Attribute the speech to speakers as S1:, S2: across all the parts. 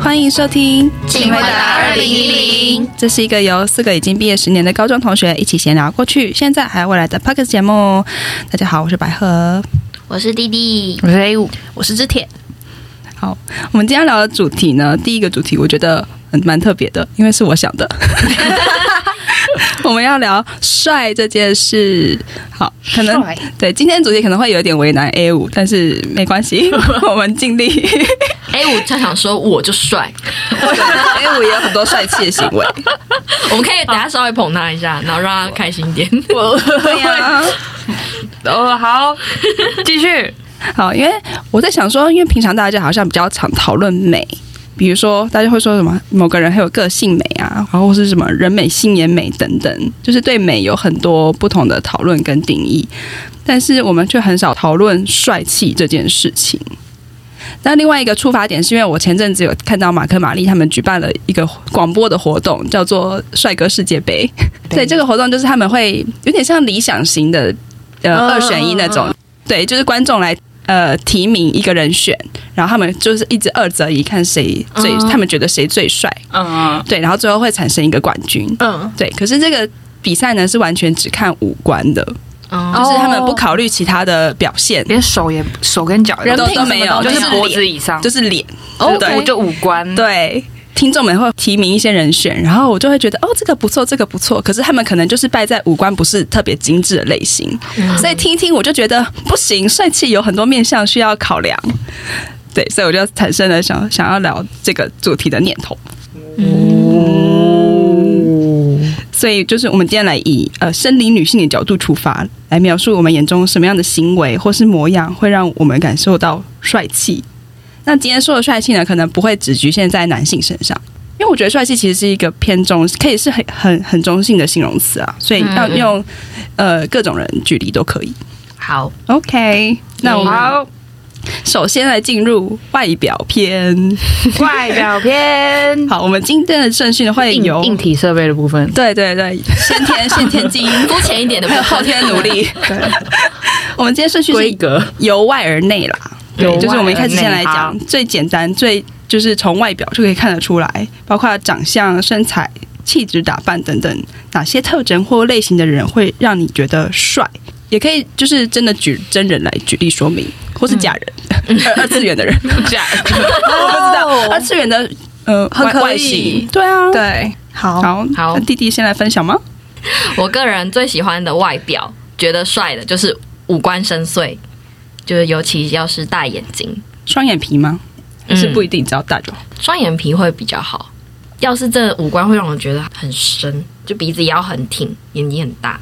S1: 欢迎收听，
S2: 请回答2010。
S1: 这是一个由四个已经毕业十年的高中同学一起闲聊过去、现在还有未来的 p o c k e t 节目。大家好，我是白河。
S2: 我是弟弟，
S3: 我是 A 五，我是之铁。
S1: 好，我们今天要聊的主题呢，第一个主题我觉得很蛮特别的，因为是我想的。 我们要聊帅这件事，好，可能
S3: 帅
S1: 对今天主题可能会有一点为难 A 五，但是没关 系，我们尽力。
S2: 哎，我就想说我就 帅，
S1: 啊 A 五也有很多帅气的行为，
S2: 我们可以等下稍微捧他一下，然后让他开心一点。
S3: 我
S1: 对啊呀、
S3: 哦，好，继续。
S1: 好，因为我在想说，因为平常大家好像比较常讨论美，比如说大家会说什么某个人很有个性美啊，然后是什么人美心也美等等，就是对美有很多不同的讨论跟定义，但是我们却很少讨论帅气这件事情。那另外一个出发点是因为我前阵子有看到马克玛丽他们举办了一个广播的活动，叫做“帅哥世界杯”。对，这个活动就是他们会有点像理想型的呃
S3: 嗯
S1: 二选一那种，对，就是观众来呃提名一个人选，然后他们就是一直二择一，看谁最、
S2: 嗯
S1: 他们觉得谁最帅，
S3: 嗯
S1: 对，然后最后会产生一个冠军，
S3: 嗯，
S1: 对。可是这个比赛呢是完全只看五官的，
S3: 哦
S2: 嗯，
S1: 就是他们不考虑其他的表现，
S3: 连手也手跟脚也
S1: 都都没有，
S3: 就哦
S1: 就是是
S3: 脖子以上，
S1: 就是脸，
S3: 就是
S1: 对
S3: 五就五官。
S1: 对，听众们会提名一些人选，然后我就会觉得哦，这个不错，这个不错。可是他们可能就是败在五官不是特别精致的类型，所以听一听我就觉得不行，帅气有很多面向需要考量。对，所以我就产生了想想要聊这个主题的念头。所以就是我们今天来以呃生理女性的角度出发，来描述我们眼中什么样的行为或是模样会让我们感受到帅气。那今天说的帅气呢，可能不会只局限在男性身上，因为我觉得帅气其实是一个偏中，可以是很很很中性的形容词啊，所以要
S2: 嗯
S1: 用、呃各种人举例都可以。
S2: 好，
S1: OK，那我们
S3: 好，
S1: 首先来进入外表篇。
S3: 外表篇。
S1: 好，我们今天的顺序呢会
S3: 硬
S1: 由
S3: 硬体设备的部分，
S1: 对对对，先天先天基因，
S2: 肤浅一点的部
S1: 还有
S2: 分，
S1: 后天努力。我们今天顺序
S3: 规
S1: 是
S3: 格
S1: 由外而内啦，
S3: 由
S1: 对，就是我们一
S3: 外而
S1: 开始
S3: 内
S1: 先来讲最简单，最就是从外表就可以看得出来，包括长相、身材、气质、打扮等等，哪些特征或类型的人会让你觉得帅？也可以就是真的举真人来举例说明，或是假人、二二次元的人，呃
S3: 假哦
S1: 我不知道
S3: 啊
S1: 二次元的呃
S4: 很
S1: 外
S4: 可以
S1: 外形，对啊，。
S4: 对，好，
S1: 好，
S2: 好
S1: 那弟弟先来分享吗？
S2: 我个人最喜欢的外表，觉得帅的就是五官深邃，就是尤其要是大眼睛，
S1: 双眼皮吗？
S2: 嗯
S1: 是不一定，只要大就好。
S2: 双眼皮会比较好。要是这五官会让我觉得很深，就鼻子也要很挺，眼睛很大，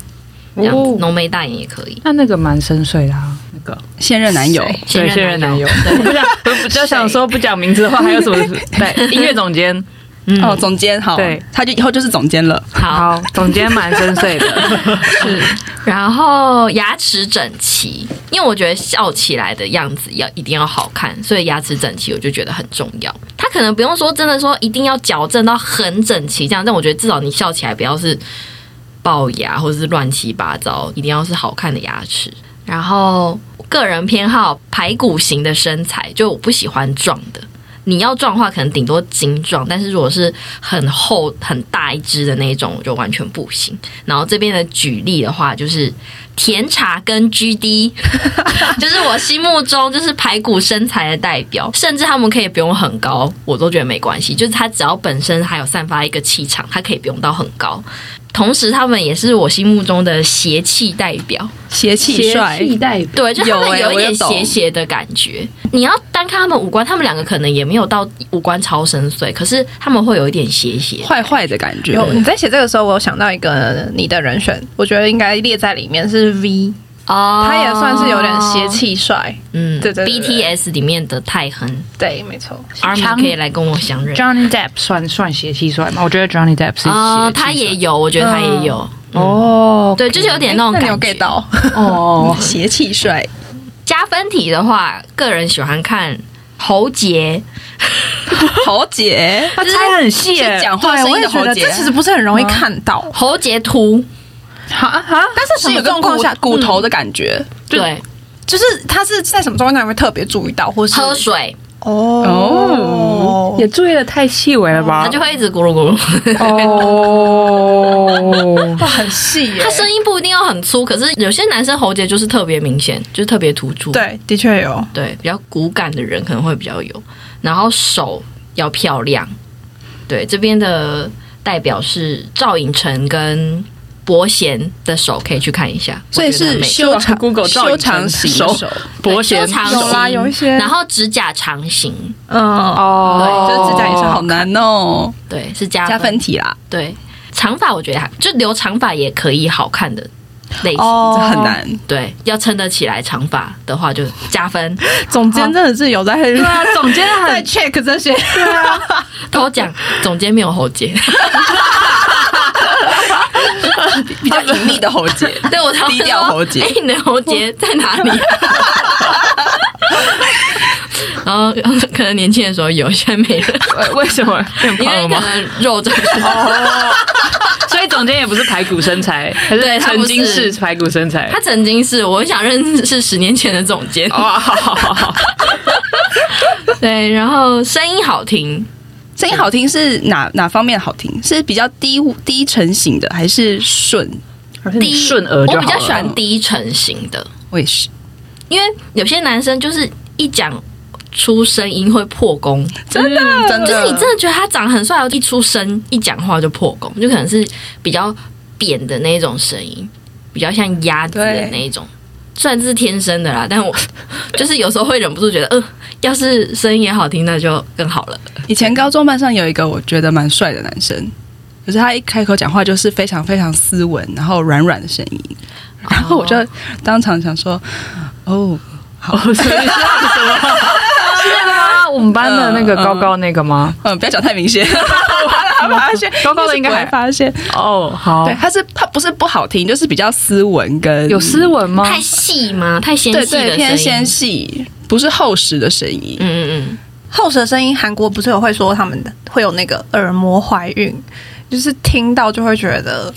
S2: 这样子
S3: 哦，
S2: 浓眉大眼也可以。
S3: 那那个蛮深邃的啊，那个
S1: 现任男友，
S3: 对现任男友，
S2: 对
S3: 不想不就想说不讲名字的话，还有什 么？对，音乐总监，
S2: 嗯
S1: 哦，总监好，
S3: 对，
S1: 他就以后就是总监了。
S2: 好，
S3: 好，总监蛮深邃 的，
S2: 然后牙齿整齐，因为我觉得笑起来的样子要一定要好看，所以牙齿整齐我就觉得很重要。他可能不用说真的说一定要矫正到很整齐这样，但我觉得至少你笑起来不要是龅牙或者是乱七八糟，一定要是好看的牙齿。然后个人偏好排骨型的身材，就我不喜欢壮的。你要壮的话，可能顶多精壮，但是如果是很厚、很大一只的那一种，我就完全不行。然后这边的举例的话，就是甜茶跟 GD，就是我心目中就是排骨身材的代表，甚至他们可以不用很高，我都觉得没关系。就是他只要本身还有散发一个气场，他可以不用到很高。同时，他们也是我心目中的邪气代表，
S1: 邪气帅，
S3: 代表，
S2: 对，就他
S1: 有
S2: 们
S1: 欸
S2: 有
S1: 我
S2: 一
S1: 有
S2: 点
S1: 懂
S2: 邪邪的感觉。你要单看他们五官，他们两个可能也没有到五官超深邃，可是他们会有一点邪邪。
S1: 坏坏的感觉。嗯
S4: 有你在写这个时候，我有想到一个你的人选，我觉得应该列在里面是 V，
S2: 哦
S4: 他也算是有点邪，气帅。
S2: 嗯，
S4: 对对对对
S2: BTS 里面的泰亨
S4: 对，没错，
S2: ，Army 可以来跟我相认。
S3: Johnny Depp 算算邪气帅吗？我觉得 Johnny Depp 是
S2: 啊、
S3: 邪气
S2: 他
S3: 帅
S2: 也有，我觉得他也有。嗯
S3: 哦，
S2: 对，就是有点那种
S4: 嗯那
S2: 感
S4: 你
S2: 觉。
S4: 有 get 到？
S3: 哦，
S1: 邪气 帅，
S2: 加分题的话，个人喜欢看喉结，
S1: 侯姐
S3: 他猜很细耶，
S1: 讲话声
S4: 我
S1: 音
S4: 也
S1: 的
S4: 觉
S1: 侯
S4: 得
S1: 姐
S4: 这，其实不是很容易看到。
S2: 喉结凸，
S4: 好哈，但嗯是什么状况下嗯
S1: 骨骨头的感觉？
S2: 对，
S4: 就是他是在什么状况下你会特别注意到，或是哦
S2: 喝水，
S1: 哦，
S3: 也注意的太细微了
S4: 啊
S3: 吧
S2: 它？就会一直咕噜咕 噜。
S3: 哦，
S4: 哇，很细耶
S2: 它。声音不一定要很粗，可是有些男生喉结就是特别明显，就是特别突出。
S4: 对，的确有。
S2: 对，比较骨感的人可能会比较有。然后手要漂亮，对，这边的代表是赵寅成跟伯贤的手，可以去看一下。
S1: 所以
S2: 我觉得很
S1: 是
S2: 美
S1: 修长
S3: Google 照
S1: 修长型
S3: 型手
S1: 手，
S3: 伯贤
S2: 修长型
S3: 手
S4: 有啦有一些
S2: 然后指甲长形，
S4: 嗯，
S3: 哦，
S1: 就是指甲也是好难哦，
S2: 对，是加
S1: 加分题啦，
S2: 对，长发我觉得还就留长发也可以好看的类型。
S1: 这很。难。
S2: 对，要撑得起来长发的话就 加分。
S4: 总监真的是有在
S3: 对 啊，总监
S4: 在
S3: 很
S4: check 这些，
S2: 偷讲，总监没有喉结，
S1: 比较隐秘的喉 结，
S2: 对我才会
S1: 低
S2: 说
S1: 调喉结
S2: 哎、你的喉结在哪里、 然后 可能年轻的时候有，现在没了，
S3: 为为什么变
S2: 因
S3: 胖
S2: 为可
S3: 了吗？
S2: 能肉在
S3: 哦，所以总监也不是排骨身材，还
S2: 对
S3: 是
S2: 他
S3: 曾
S2: 不是
S3: 经是排骨身材
S2: 他。曾经是我想认识十年前的总监，
S3: 哇，好好好好
S2: 对，然后声音好听，
S1: 声音好听是哪哪方面好听？是比较低低沉型的，还是顺？
S2: 低
S3: 顺耳就
S2: 我
S3: 好
S2: 比较喜
S3: 了。
S2: 欢低沉型的，
S1: 我也是，
S2: 因为有些男生就是一讲出声音会破功，
S1: 真的、真
S2: 就是你
S1: 的，
S2: 真的觉得他长得很帅，一出声一讲话就破功，就可能是比较扁的那一种声音，比较像鸭子的那一种。虽然这是天生的啦，但我 就是有时候会忍不住觉得，嗯、要是声音也好听，那就更好了。
S1: 以前高中班上有一个我觉得蛮帅的男生。可是他一开口讲话就是非常非常斯文，然后软软的声音，然后我就
S2: 哦
S1: 当场想说，哦，好，
S3: 所以是什么？是那个吗？我们班的那个高高那个吗？
S1: 嗯，不要讲太明显，我怕他发现，
S3: 高高的应该
S1: 不会
S3: 还
S1: 发现。
S3: 哦，好
S1: 对，，他是他不是不好听，就是比较斯文跟
S3: 有斯文吗？
S2: 太细吗？太纤
S1: 对
S2: 细
S1: 对
S2: 的
S1: 偏
S2: 声
S1: 纤
S2: 音。
S1: 细，不是厚实的声音。
S2: 嗯嗯
S4: 后舌声音，韩国不是有会说他们的会有那个耳膜怀孕，就是听到就会觉得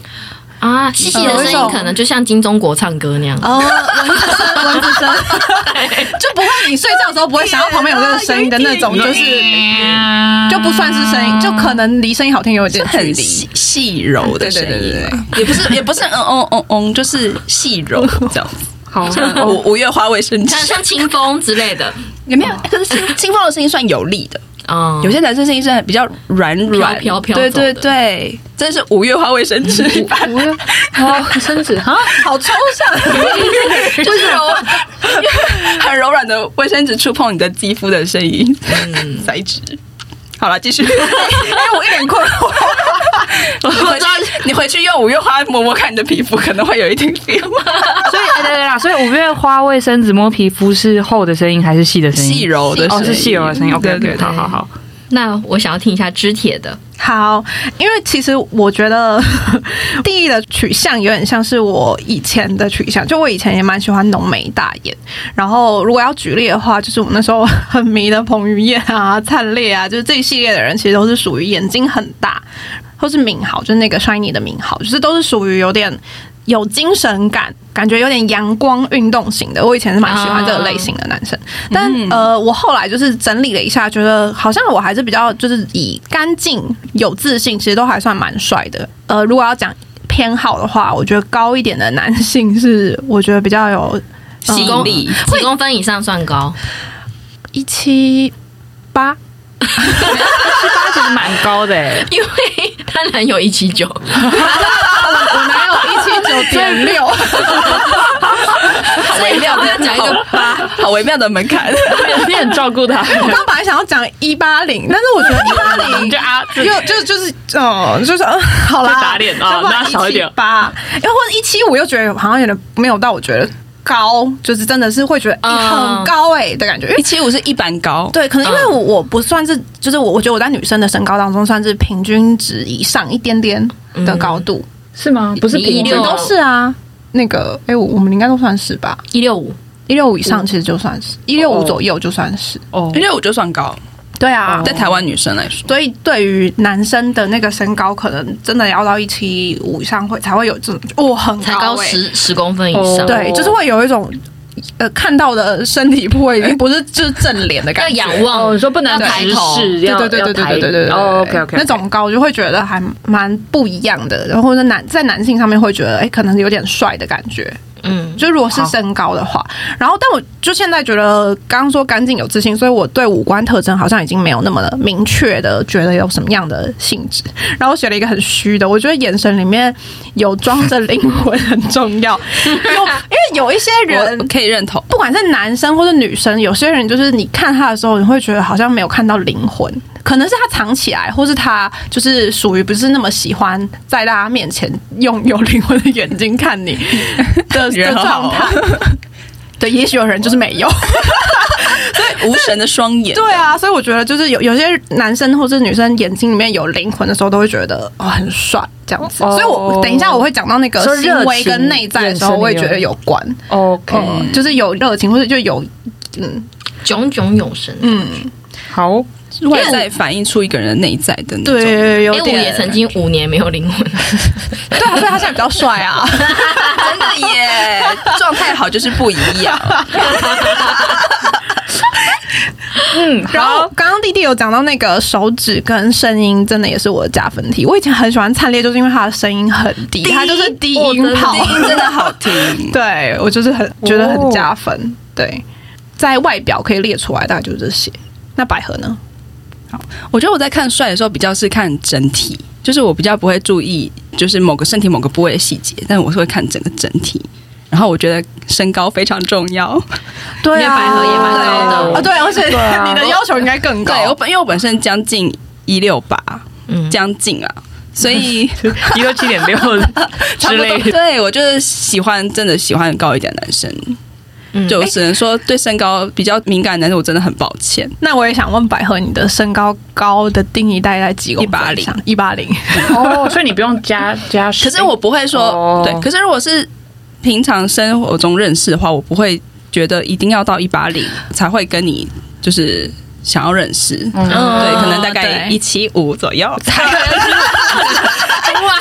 S2: 嗯啊，细细的声音可能就像金钟国唱歌那样。
S4: 哦，蚊子声，蚊子声，就不会你睡觉的时候不会想到旁边有这个声音的那种，就是就不算是声音，就可能离声音好听有一点距
S1: 很
S4: 离
S1: 细。细柔的声
S4: 对对
S1: 音
S4: 对
S1: 嘛，也不是也不是嗯嗯嗯嗯，就是细柔这样子。
S3: 好，
S1: 像五五月花卫生纸
S2: 像像清风之类的，
S1: 有
S2: 哦
S1: 没有？可是 清清风的声音算有力的，
S2: 嗯，
S1: 有些男生声音是比较软软
S2: 飘飘飘
S1: 对对
S2: 走的
S1: 对，真是五月花卫生纸版
S3: 我哦，身子啊，
S4: 好抽象，
S1: 就是柔 很柔软的卫生纸触碰你的肌肤的声音，
S2: 嗯
S1: 材质。好了，继 续。因哎为我一脸困惑。我回去，你回去用五月花摸摸看你的皮肤，可能会有一点 feel
S3: 所以哎对对对啦，所以五月花卫生纸摸皮肤是厚的声音还是细的声音？
S1: 细柔的声
S3: 哦，
S1: 音
S3: 是细柔的声音。OK
S1: 对对
S3: OK，
S1: 对
S3: 好好好，
S2: 那我想要听一下肢铁的，
S4: 好，因为其实我觉 得第一的取向有点像是我以前的取向，就我以前也蛮喜欢浓眉大眼。然后如果要举例的话，就是我那时候很迷的彭于晏啊、灿烈啊，就是这一系列的人，其实都是属于眼睛很大，或是敏豪，就是那个 shiny 的敏豪，就是都是属于有点。有精神感，感觉有点阳光运动型的，我以前是蛮喜欢这个类型的男生。但呃，我后来就是整理了一下，觉得好像我还是比较就是以干净、有自信，其实都还算蛮帅的。呃，如果要讲偏好的话，我觉得高一点的男性是我觉得比较有
S2: 哦
S1: 吸引力。
S2: 几公分以上算高，
S4: 一七八，
S3: 八其实蛮高的 哎，
S2: 因为她男友一七 九，
S4: 我哪有一七九点 六？
S2: 所以我要哦讲一个八，
S1: 好微妙的门 槛。
S3: 你很照顾他，
S4: 我刚本来想要讲一八零，但是我觉得一八 零
S3: 就啊，
S4: 又就就是哦，就是哦嗯，好啦，
S3: 就打脸啊大家少一点
S4: 八，因为或者一七五又觉得好像有点没有到，我觉得高，就是真的是会觉得、
S2: 嗯
S4: 欸很高哎、的感觉，因
S1: 一
S4: 为。嗯
S1: 七五是一般高，
S4: 对，可能因为我我不算是，就是我我觉得我在女生的身高当中算是平均值以上一点点的高度，
S3: 是吗？嗯不是
S2: 一
S3: 平
S2: 六
S4: 嗯都是啊。那个，哎、我我们应该都算是吧，
S2: 一六五，
S4: 一六五以上其实就算是，一六五左右就算是，
S3: 哦
S1: 因为我就算高，
S4: 对啊，
S1: 在台湾女生来说，
S4: 所以对于男生的那个身高，可能真的要到一七五以上会才会有这种，哦，很
S2: 才高
S4: 欸
S2: 十十公分以上，
S3: 哦
S4: 对，就是会有一种呃看到的身体部位已经不是就是正脸的
S2: 要
S4: 感觉，
S2: 仰望，
S3: 哦，你说不能
S2: 要抬
S3: 直
S2: 头，
S3: 视，
S4: 对
S3: 要
S4: 对对对对对对对
S3: 哦，OK OK，
S4: 那种高就会觉得还蛮不一样的，然后或者男在男性上面会觉得哎、可能有点帅的感觉，
S2: 嗯，
S4: 就如果是身高的话，然后但我就现在觉得刚刚说干净有自信，所以我对五官特征好像已经没有那么的明确的觉得有什么样的性质。然后我写了一个很虚的，我觉得眼神里面有装着灵魂很重要，有因为有一些人
S1: 我可以认同。
S4: 不管是男生或者女生，有些人就是你看他的时候，你会觉得好像没有看到灵魂，可能是他藏起来，或是他就是属于不是那么喜欢在大家面前用有灵魂的眼睛看你 的的
S1: 人好
S4: 状态。对，也许有人就是没有。
S1: 对，无神的双眼，
S4: 对啊，所以我觉得就是有有些男生或是女生眼睛里面有灵魂的时候，都会觉得哦很帅这样子。
S3: 哦
S4: 所以我等一下我会讲到那个
S3: 说热
S4: 行为
S3: 情
S4: 跟内在的时候，
S3: 眼神里
S4: 我也觉得
S3: 有
S4: 有关。
S3: OK，、
S4: 嗯，就是有热情或者就有嗯
S2: 炯炯有神。
S4: 嗯。
S3: 好，
S1: 是外在反映出一个人的内在的那种。
S4: 对，
S2: 因哎
S4: 有
S2: 为我
S4: 点
S2: 也曾经五年没有灵 魂，
S4: 对啊，所以他现在比较帅 啊。
S1: 真的耶，状态好就是不一 样。
S3: 嗯，
S4: 然后刚刚弟弟有讲到那个手指跟声音，真的也是我的加分题。我以前很喜欢灿烈，就是因为他的声音很低，
S1: 低
S4: 他就是低音炮
S1: 低。音真的好听。
S4: 对我就是很觉得很加分。对，在外表可以列出来，大概就是这些。那百合呢？
S1: 我觉得我在看帅的时候，比较是看整体，就是我比较不会注意就是某个身体某个部位的细节，但我是会看整个整体。然后我觉得身高非常重要，
S4: 对啊
S2: 因为百合也蛮高的
S4: 啊，对，而且
S3: 对啊
S4: 你的要求应该更高。
S1: 对我本因为我本身将近一六八，
S2: 嗯，
S1: 将近啊，所 以
S3: 一六七点 六
S1: 差
S3: 之
S1: 不
S3: 类
S1: 多。
S3: 的，
S1: 对我就是喜欢真的喜欢高一点的男生，
S2: 嗯
S1: 就只能说对身高比较敏感的男生，我真的很抱歉。
S4: 那我也想问百合，你的身高高的定义大概在几公分
S1: 180
S4: 以上？一八零。
S3: 哦，所以你不用加加十，
S1: 可是我不会说、
S3: 哦
S1: 对，可是如果是平常生活中认识的话，我不会觉得一定要到一八零才会跟你就是想要认识，
S3: 嗯
S1: 对，可能大概
S4: 对
S1: 一七五左右。
S2: 哇，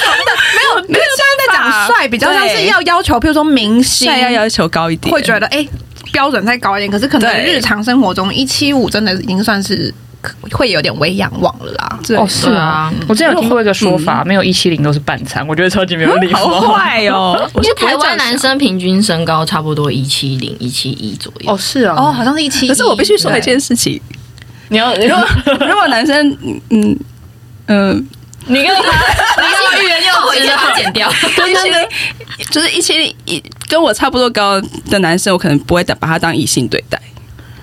S4: 没有，现在在讲帅，比较像是要要求，譬如说明星
S1: 帅要要求高一点，
S4: 会觉得哎、标准再高一点，可是可能
S1: 对
S4: 日常生活中一七五真的已经算是可会有点微仰望了啦。
S1: 对
S3: 哦是
S2: 对啊
S3: 啊，嗯我之前有听过一个说法，没有一七零都是半残，我觉得超级没有礼
S1: 好
S3: 貌。
S1: 坏哦！我
S2: 因
S1: 是
S2: 为
S1: 不会
S2: 台
S1: 这
S2: 湾
S1: 样想
S2: 男，生平均身高差不多一七零、一七一左右
S3: 哦，。是
S4: 哦，
S3: 啊，
S4: 好像是一七，
S1: 可是我必须说一件事情，
S3: 你要你
S1: 如果如果男生嗯嗯嗯，
S3: 你跟
S2: 你是欲言又止，要剪 掉。
S1: 对对 对，就是一七零一跟我差不多高的男生，我可能不会把他当异性对待。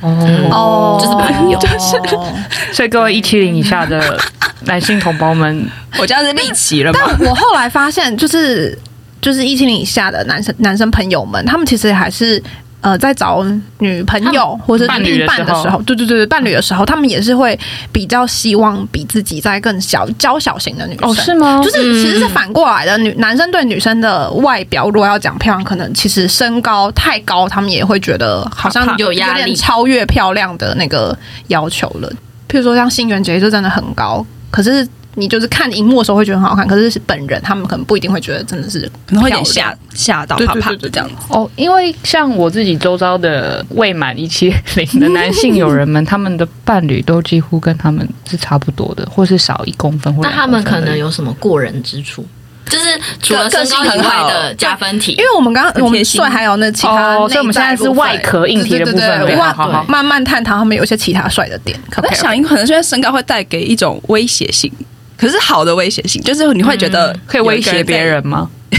S4: 哦，
S2: 就是朋友
S4: 就是
S3: 所以各位一七零以下的男性同胞们，
S1: 我这样是立奇了吗？
S4: 但我后来发现，就是就是一七零以下的男生男生朋友们，他们其实还是呃在找女朋友或者是
S3: 伴侣
S4: 另一
S3: 的
S4: 半
S3: 时
S4: 的时
S3: 候
S4: 候，对对对对，伴侣的时候，他们也是会比较希望比自己在更小娇小型的女
S3: 哦
S4: 生。
S3: 吗
S4: 就是
S2: 嗯
S4: 其实是反过来的，女男生对女生的外表，如果要讲漂亮，可能其实身高太高，他们也会觉得好像
S2: 怕有压力
S4: 点超越漂亮的那个要求了。譬如说像新垣结衣就真的很高，可是你就是看荧幕的时候会觉得很好看，可是本人他们可能不一定会觉得真的是
S1: 可能会有点
S4: 漂亮
S1: 吓吓到，
S4: 对
S1: 怕
S4: 对
S1: 怕
S4: 对
S1: 的
S4: 对
S1: 这样子。
S3: 哦，因为像我自己周遭的未满一七零的男性友人们，他们的伴侣都几乎跟他们是差不多的，或是少一公分或
S2: 那
S3: 两
S2: 他
S3: 公
S2: 们
S3: 分
S2: 可
S3: 而
S2: 能
S3: 已
S2: 有什么过人之处？就是除了
S1: 个
S2: 身
S1: 性
S2: 高以
S1: 很好
S2: 外的加分题
S4: 因，为我们刚刚我们
S1: 贴心
S4: 帅还有那其他内在的部
S3: 哦
S4: 分，
S3: 所以我们现在是外壳硬体的部分
S4: 对对对对
S3: 好
S4: 外
S3: 好好
S4: 慢慢探讨他们有一些其他帅的点。可
S1: 我在想，可能是因为身高会带给一种威胁性，可是好的威胁性，就是你会觉得
S3: 可以威胁
S1: 嗯
S3: 别
S1: 有一个
S3: 人吗？
S1: 在，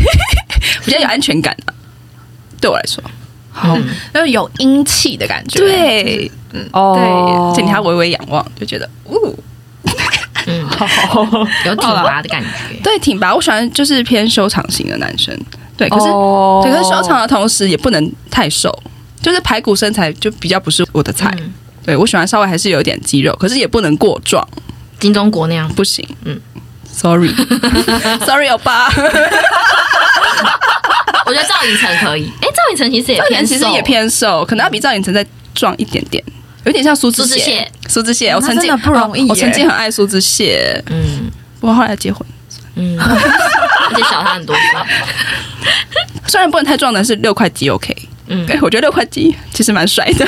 S1: 比较有安全感啊。对我来说，
S3: 好
S2: 嗯
S4: 就是有英气的感觉，，
S1: 对
S3: 哦
S1: 对，请他微微仰望，就觉得哦，
S2: 嗯，
S3: 好，
S2: 有挺拔的感觉。
S1: 对，挺拔。我喜欢就是偏修长型的男生，对，可是
S3: 哦
S1: 对，可是修长的同时也不能太瘦，就是排骨身材就比较不是我的菜。
S2: 嗯，
S1: 对我喜欢稍微还是有点肌肉，可是也不能过壮，
S2: 金钟国那 样，
S1: 不行。嗯
S2: 嗯
S1: ，sorry，sorry，欧巴。
S2: 我觉得赵寅成可以。哎，赵寅成其实也
S1: 赵寅
S2: 偏
S1: 成其实
S2: 瘦
S1: 也偏瘦，可能要比赵寅成再壮一点点，有点像苏志
S2: 苏志燮
S1: 燮。苏志燮，
S4: 嗯
S1: 我曾经
S4: 他真的不容易
S1: 哦我曾
S4: 耶
S1: 经很爱苏志燮，
S2: 嗯
S1: 不过后来结婚。
S2: 嗯，而且小他很多岁。
S1: 虽然不能太壮，但是六块肌 OK。
S2: 嗯
S1: 对，我觉得六块肌其实蛮帅的。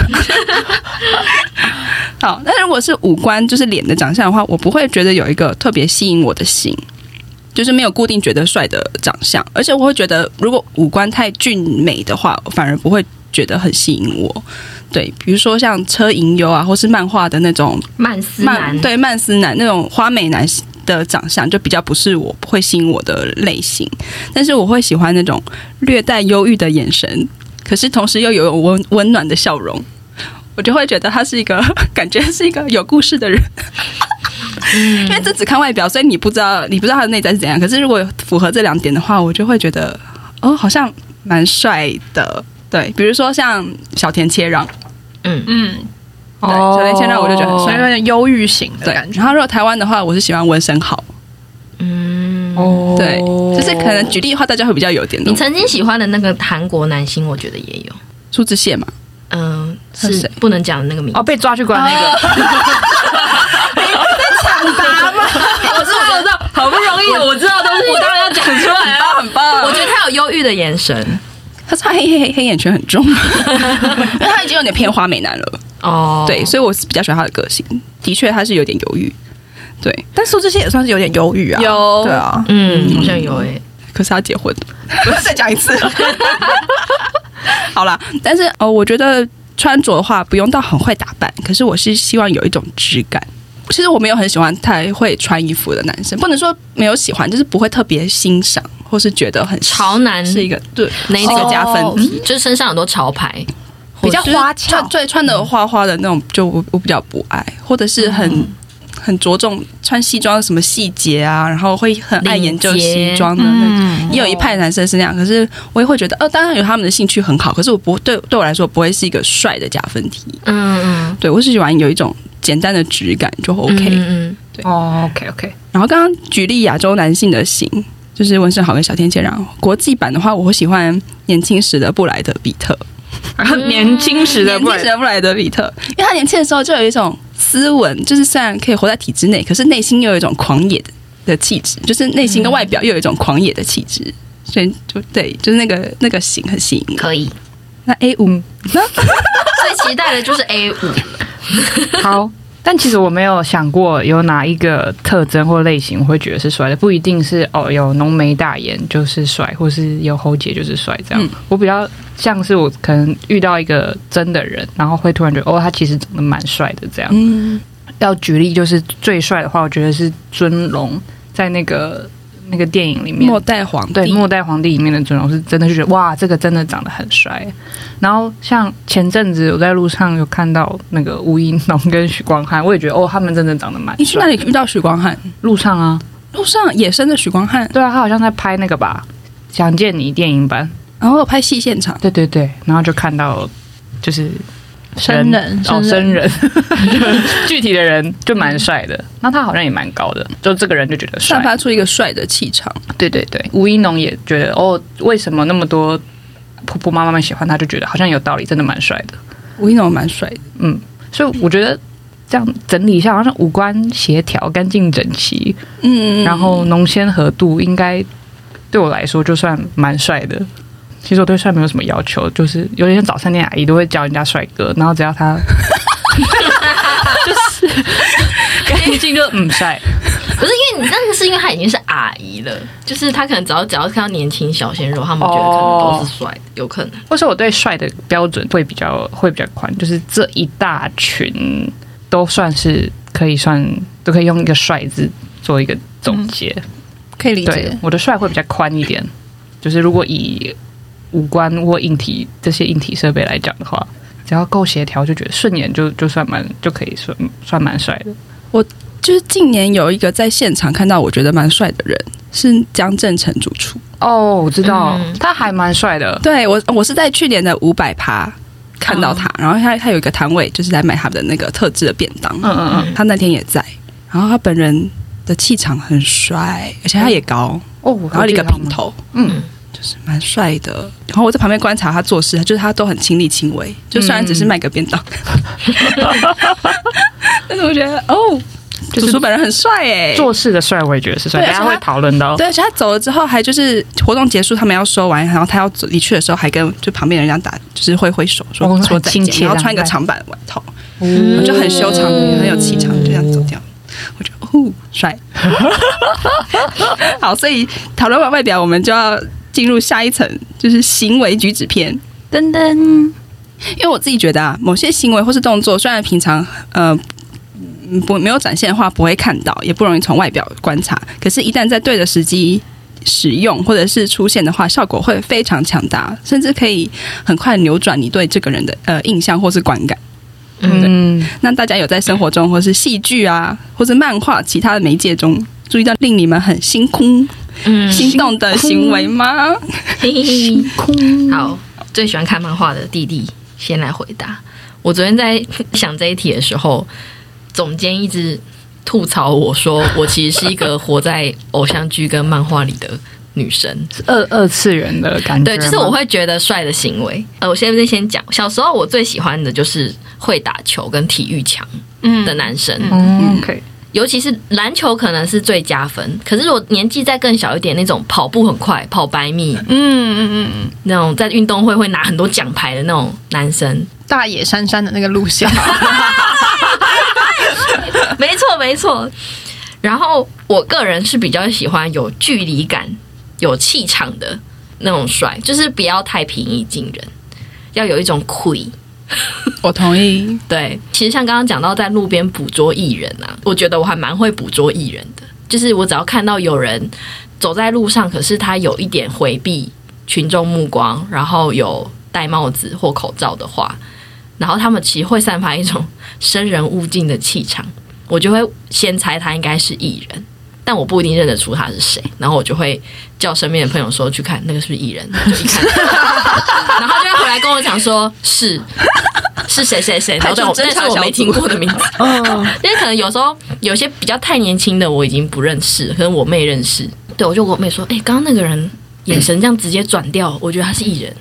S1: 好，那如果是五官就是脸的长相的话，我不会觉得有一个特别吸引我的型，就是没有固定觉得帅的长相，而且我会觉得如果五官太俊美的话，我反而不会觉得很吸引我。对，比如说像车银优啊，或是漫画的那种
S2: 曼斯
S1: 曼
S2: 男，
S1: 对曼斯男那种花美男的长相，就比较不是我会吸引我的类型。但是我会喜欢那种略带忧郁的眼神，可是同时又有温温暖的笑容。我就会觉得他是一个 感觉是一个有故事的人，因为这只看外表，所以你不知道你不知道他的内在是怎样。可是如果符合这两点的话，我就会觉得哦，好像蛮帅的。对，比如说像小田切让，
S2: 嗯，
S4: 嗯，
S1: 对小田切让我就觉得很
S4: 所以
S1: 帅
S4: 有点忧郁型的
S1: 对
S4: 感。觉。
S1: 然后如果台湾的话，我是喜欢文森豪。
S2: 嗯，
S3: 哦
S1: 对，就是可能举例的话，大家会比较有点
S2: 你
S1: 懂。
S2: 曾经喜欢的那个韩国男星，我觉得也有，
S1: 苏志燮嘛，
S2: 嗯，
S1: 他
S2: 是
S1: 谁
S2: 不能讲的那个名字
S3: 哦，。被抓去关那个，
S2: 我知道，我知道，好不容易我知道东西，我当然要讲出来啊！
S1: 很棒
S2: 我觉得他有忧郁的眼神
S1: 他他黑黑黑黑眼圈很重，啊因为他已经有点偏花美男了。
S2: 哦，
S1: 对，所以我是比较喜欢他的个性。的确，他是有点犹豫。对，
S4: 但苏志燮也算是有点忧郁啊，
S1: 有
S4: 对啊，
S2: 嗯，好像有诶、
S1: 可是他结 婚，再讲一次。 好啦，但是哦，我觉得穿着的话不用到很会打扮，可是我是希望有一种质感。其实我没有很喜欢太会穿衣服的男生，不能说没有喜欢，就是不会特别欣赏，或是觉得很
S2: 潮男
S1: 是一个对
S2: 那一
S1: 是一个
S2: 种，
S1: 加分
S4: 哦
S1: 题。
S2: 就是身上很多潮牌，
S4: 比较
S1: 就是
S4: 花俏
S1: 穿对穿的花花的那种，就我我比较不爱，或者是很、
S2: 嗯
S1: 很着重穿西装的什么细节啊，然后会很爱研究
S2: 领结
S1: 西
S3: 嗯
S1: 装的那种。也有一派男生是那样，可是我也会觉得，哦，当然有他们的兴趣很好，可是我不对对我来说不会是一个帅的加分题。
S2: 嗯嗯
S1: 对我是喜欢有一种简单的质感就 OK。
S2: 嗯
S3: 哦，OK OK，
S1: 然后刚刚举例亚洲男性的型，就是温胜豪跟小天健。然后国际版的话，我会喜欢年轻时的布莱德比特。
S3: 年轻时的
S1: 年
S3: 不
S1: 轻
S3: 然
S1: 时的布莱德比特，因为他年轻的时候就有一种斯文，就是虽然可以活在体制内，可是内心又有一种狂野的气质，就是内心跟外表又有一种狂野的气质，所以就对，就是那个那个型很吸引
S2: 嗯，
S1: 我。
S2: 可以。
S1: 那 A 五
S2: 最期待的就是 A 五，
S3: 好。但其实我没有想过有哪一个特征或类型我会觉得是帅的，不一定是哦有浓眉大眼就是帅，或是有喉结就是帅这样。
S1: 嗯
S3: 我比较像是我可能遇到一个真的人，然后会突然觉得哦他其实长得蛮帅的这样。
S1: 嗯，
S3: 要举例就是最帅的话，我觉得是尊龙在那个那个电影里面
S1: 末代皇帝，
S3: 对《末代皇帝》里面的尊龙是真的就觉得哇，这个真的长得很帅。然后像前阵子我在路上有看到那个吴一农跟许光汉，我也觉得哦，他们真的长得蛮
S1: 你去
S3: 帅
S1: 哪。里遇到许光汉？
S3: 路上啊，
S1: 路上野生的许光汉，
S3: 对啊，他好像在拍那个吧《想见你》电影版，
S1: 然后拍戏现场，
S3: 对对对，然后就看到就是
S4: 生人
S3: 哦，
S4: 生
S3: 生 人，具体的人就蛮帅的。那他好像也蛮高的，就这个人就觉得帅
S1: 散。发出一个帅的气场。
S3: 对对对，吴一农也觉得哦，为什么那么多婆婆妈妈们喜欢他，就觉得好像有道理，真的蛮帅的。
S1: 吴一农蛮帅的，
S3: 嗯，所以我觉得这样整理一下，好像五官协调、干净整齐，
S1: 嗯，
S3: 然后浓鲜合度，应该对我来说就算蛮帅的。其实我对帅没有什么要求，就是有点像早餐店阿姨都会叫人家帅哥，然后只要他就是干净就嗯帅，
S2: 不是因为你那个是因为他已经是阿姨了，就是他可能只要只要看到年轻小鲜肉，他们觉得可能都是帅的，有可能。
S3: 或是我对帅的标准会比较会比较宽，就是这一大群都算是可以算都可以用一个帅字做一个总结。
S1: 可以理
S3: 对
S1: 解，，
S3: 我的帅会比较宽一点，就是如果以五官或硬体这些硬体设备来讲的话，只要够协调，就觉得顺眼就就算蛮就可以算算蛮帅的。
S1: 就是近年有一个在现场看到我觉得蛮帅的人，是江正成主厨。
S3: 哦，我知道，
S2: 嗯
S3: 他还蛮帅的。
S1: 对我，我是在去年的五百趴看到他，然后他他有一个摊位，就是在卖他的那个特制的便当，
S3: 嗯嗯嗯，
S1: 他那天也在，然后他本人的气场很帅，而且他也高，
S3: 哦，我
S1: 然后一个
S3: 记得他
S1: 平
S3: 吗，
S1: 头，
S3: 嗯，
S1: 就是蛮帅的。然后我在旁边观察他做事，就是他都很亲力亲为，
S3: 嗯
S1: 就虽然只是卖个便当，但是我觉得哦，
S3: 就是
S1: 叔叔本人很帅哎、
S3: 做事的帅，我也觉得是帅，
S1: 对
S3: 大家
S1: 而且
S3: 会
S1: 他
S3: 讨论到。
S1: 对，而且他走了之后，还就是活动结束，他们要收完，然后他要走离去的时候，还跟就旁边人家打，就是挥挥手说、
S3: 哦
S1: 说
S3: 很
S1: 再
S3: 亲
S1: 见，
S3: 切
S1: 然后
S3: 这样
S1: 穿一个长版外套，
S3: 嗯
S1: 就很修长，很有气场，就这样走掉。我觉得哦，帅。好，所以讨论完外表，我们就要进入下一层，就是行为举止篇。
S3: 噔噔，
S1: 因为我自己觉得啊，某些行为或是动作，虽然平常呃嗯不没有展现的话不会看到，也不容易从外表观察，可是，一旦在对的时机使用或者是出现的话，效果会非常强大，甚至可以很快扭转你对这个人的呃印象或是观感。
S3: 嗯，
S1: 那大家有在生活中，或是戏剧啊，或是漫画其他的媒介中，注意到令你们很心空、
S2: 嗯，
S1: 心动的行为吗？
S2: 嘿嘿嘿。好，最喜欢看漫画的弟弟先来回答。我昨天在想这一题的时候，总监一直吐槽我说，我其实是一个活在偶像剧跟漫画里的女生。
S3: 二二次元的感觉吗，
S2: 对，就是我会觉得帅的行为。呃，我现在先讲，小时候我最喜欢的就是会打球跟体育强
S4: 嗯
S2: 的男生。
S3: 嗯，OK，
S2: 尤其是篮球可能是最加分，可是如果年纪再更小一点，那种跑步很快、跑百米
S4: 嗯嗯嗯，
S2: 那种，在运动会会拿很多奖牌的那种男生，
S4: 大野山山的那个路线，
S2: 没错没错。然后我个人是比较喜欢有距离感、有气场的那种帅，就是不要太平易近人，要有一种魁。
S1: 我同意。
S2: 嗯对，其实像刚刚讲到在路边捕捉艺人啊，我觉得我还蛮会捕捉艺人的，就是我只要看到有人走在路上，可是他有一点回避群众目光，然后有戴帽子或口罩的话，然后他们其实会散发一种 生人勿近的气场，我就会先猜他应该是艺人。但我不一定认得出他是谁，然后我就会叫身边的朋友说去看那个是不是艺人，就 一看，然后他就会回来跟我讲说是是谁 谁谁，然后但我
S1: 派出
S2: 但
S1: 侦查
S2: 是我没
S1: 小
S2: 听
S1: 组哦
S2: 过的 名字，因为可能有时候有些比较太年轻的我已经不认识，可能我妹认识。对，我就跟我妹说，哎、刚刚那个人眼神这样直接转掉，我觉得他是艺人。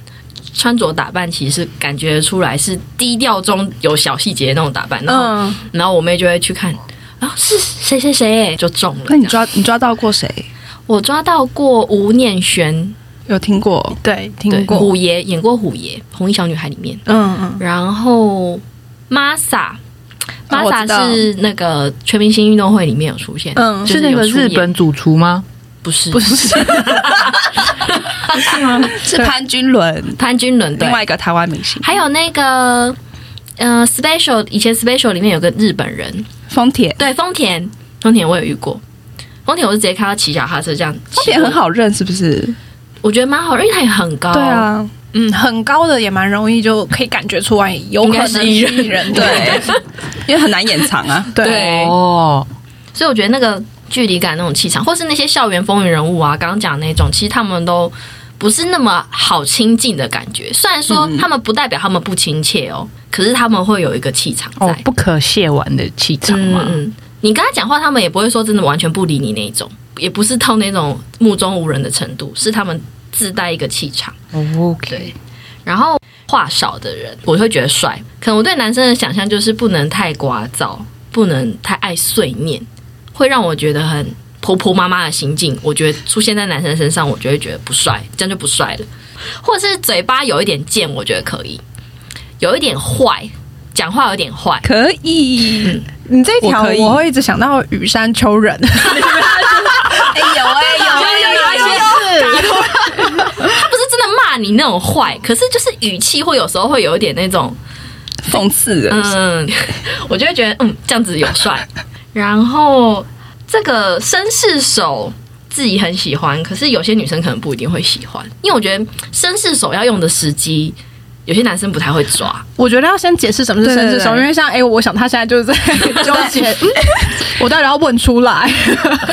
S2: 穿着打扮其实是感觉出来是低调中有小细节的那种打扮，然后、
S4: 嗯，
S2: 然后我妹就会去看，啊是谁谁谁欸就中了。
S1: 那你抓你抓到过谁？
S2: 我抓到过吴念轩，
S1: 有听过？
S4: 对，
S2: 对
S4: 听，过，
S2: 虎爷演过虎爷，《红衣小女孩》里面，
S4: 嗯嗯，
S2: 然后 Masa。
S1: 哦
S2: Masa
S1: 我知道
S2: 是那个全明星运动会里面有出现，
S4: 嗯
S2: 就是
S3: 那
S2: 有
S3: 个
S2: 出
S3: 日
S2: 演
S3: 本主厨吗？
S2: 不是
S4: 不是，
S1: 是潘君伦，
S2: 潘君伦对
S1: 另，外一个台湾明星，
S2: 还有那个呃 Special 以前 Special 里面有个日本人，
S1: 丰田。
S2: 对丰田丰田我有遇过，丰田我是直接看他骑脚踏车这样，
S1: 丰田很，好认，是不是？哦
S2: 我觉得蛮好，因为他也很高，，，
S1: 啊
S4: 嗯，很高的也蛮容易就可以感觉出来，有可能是艺
S2: 应该是艺
S4: 人，对
S1: 对，因为很难掩藏啊。
S4: 对，
S2: 对
S3: 哦，
S2: 所以我觉得那个距离感、那种气场，或是那些校园风云人物啊，刚刚讲的那种，其实他们都不是那么好亲近的感觉。虽然说
S3: 嗯
S2: 他们不代表他们不亲切哦，可是他们会有一个气场在。
S3: 哦，不可亵玩的气
S2: 嗯
S3: 场嘛，
S2: 嗯，你跟他讲话，他们也不会说真的完全不理你那一种，也不是到那种目中无人的程度，是他们自带一个气场。
S3: 哦，OK，
S2: 对，然后话少的人，我会觉得帅。可能我对男生的想象就是不能太聒噪，不能太爱碎念，会让我觉得很婆婆妈妈的行径。我觉得出现在男生身上，我就会觉得不帅，这样就不帅了。或者是嘴巴有一点贱，我觉得可以；有一点坏，讲话有点坏，
S1: 可以，
S4: 你这一条
S1: 我可以
S4: 我会一直想到羽山丘人，
S1: 哎有哎有
S2: 有有有他不是真的骂你那种坏，可是就是语气会有时候会有一点那种
S1: 讽刺人，
S2: 嗯， 我就会觉得嗯，这样子有帅。然后这个绅士手自己很喜欢，可是有些女生可能不一定会喜欢，因为我觉得绅士手要用的时机，有些男生不太会抓。
S4: 我觉得要先解释什么是绅士手，
S1: 对对对
S4: 因为像哎、我想他现在就是在 纠结， 嗯我到底要问出 来？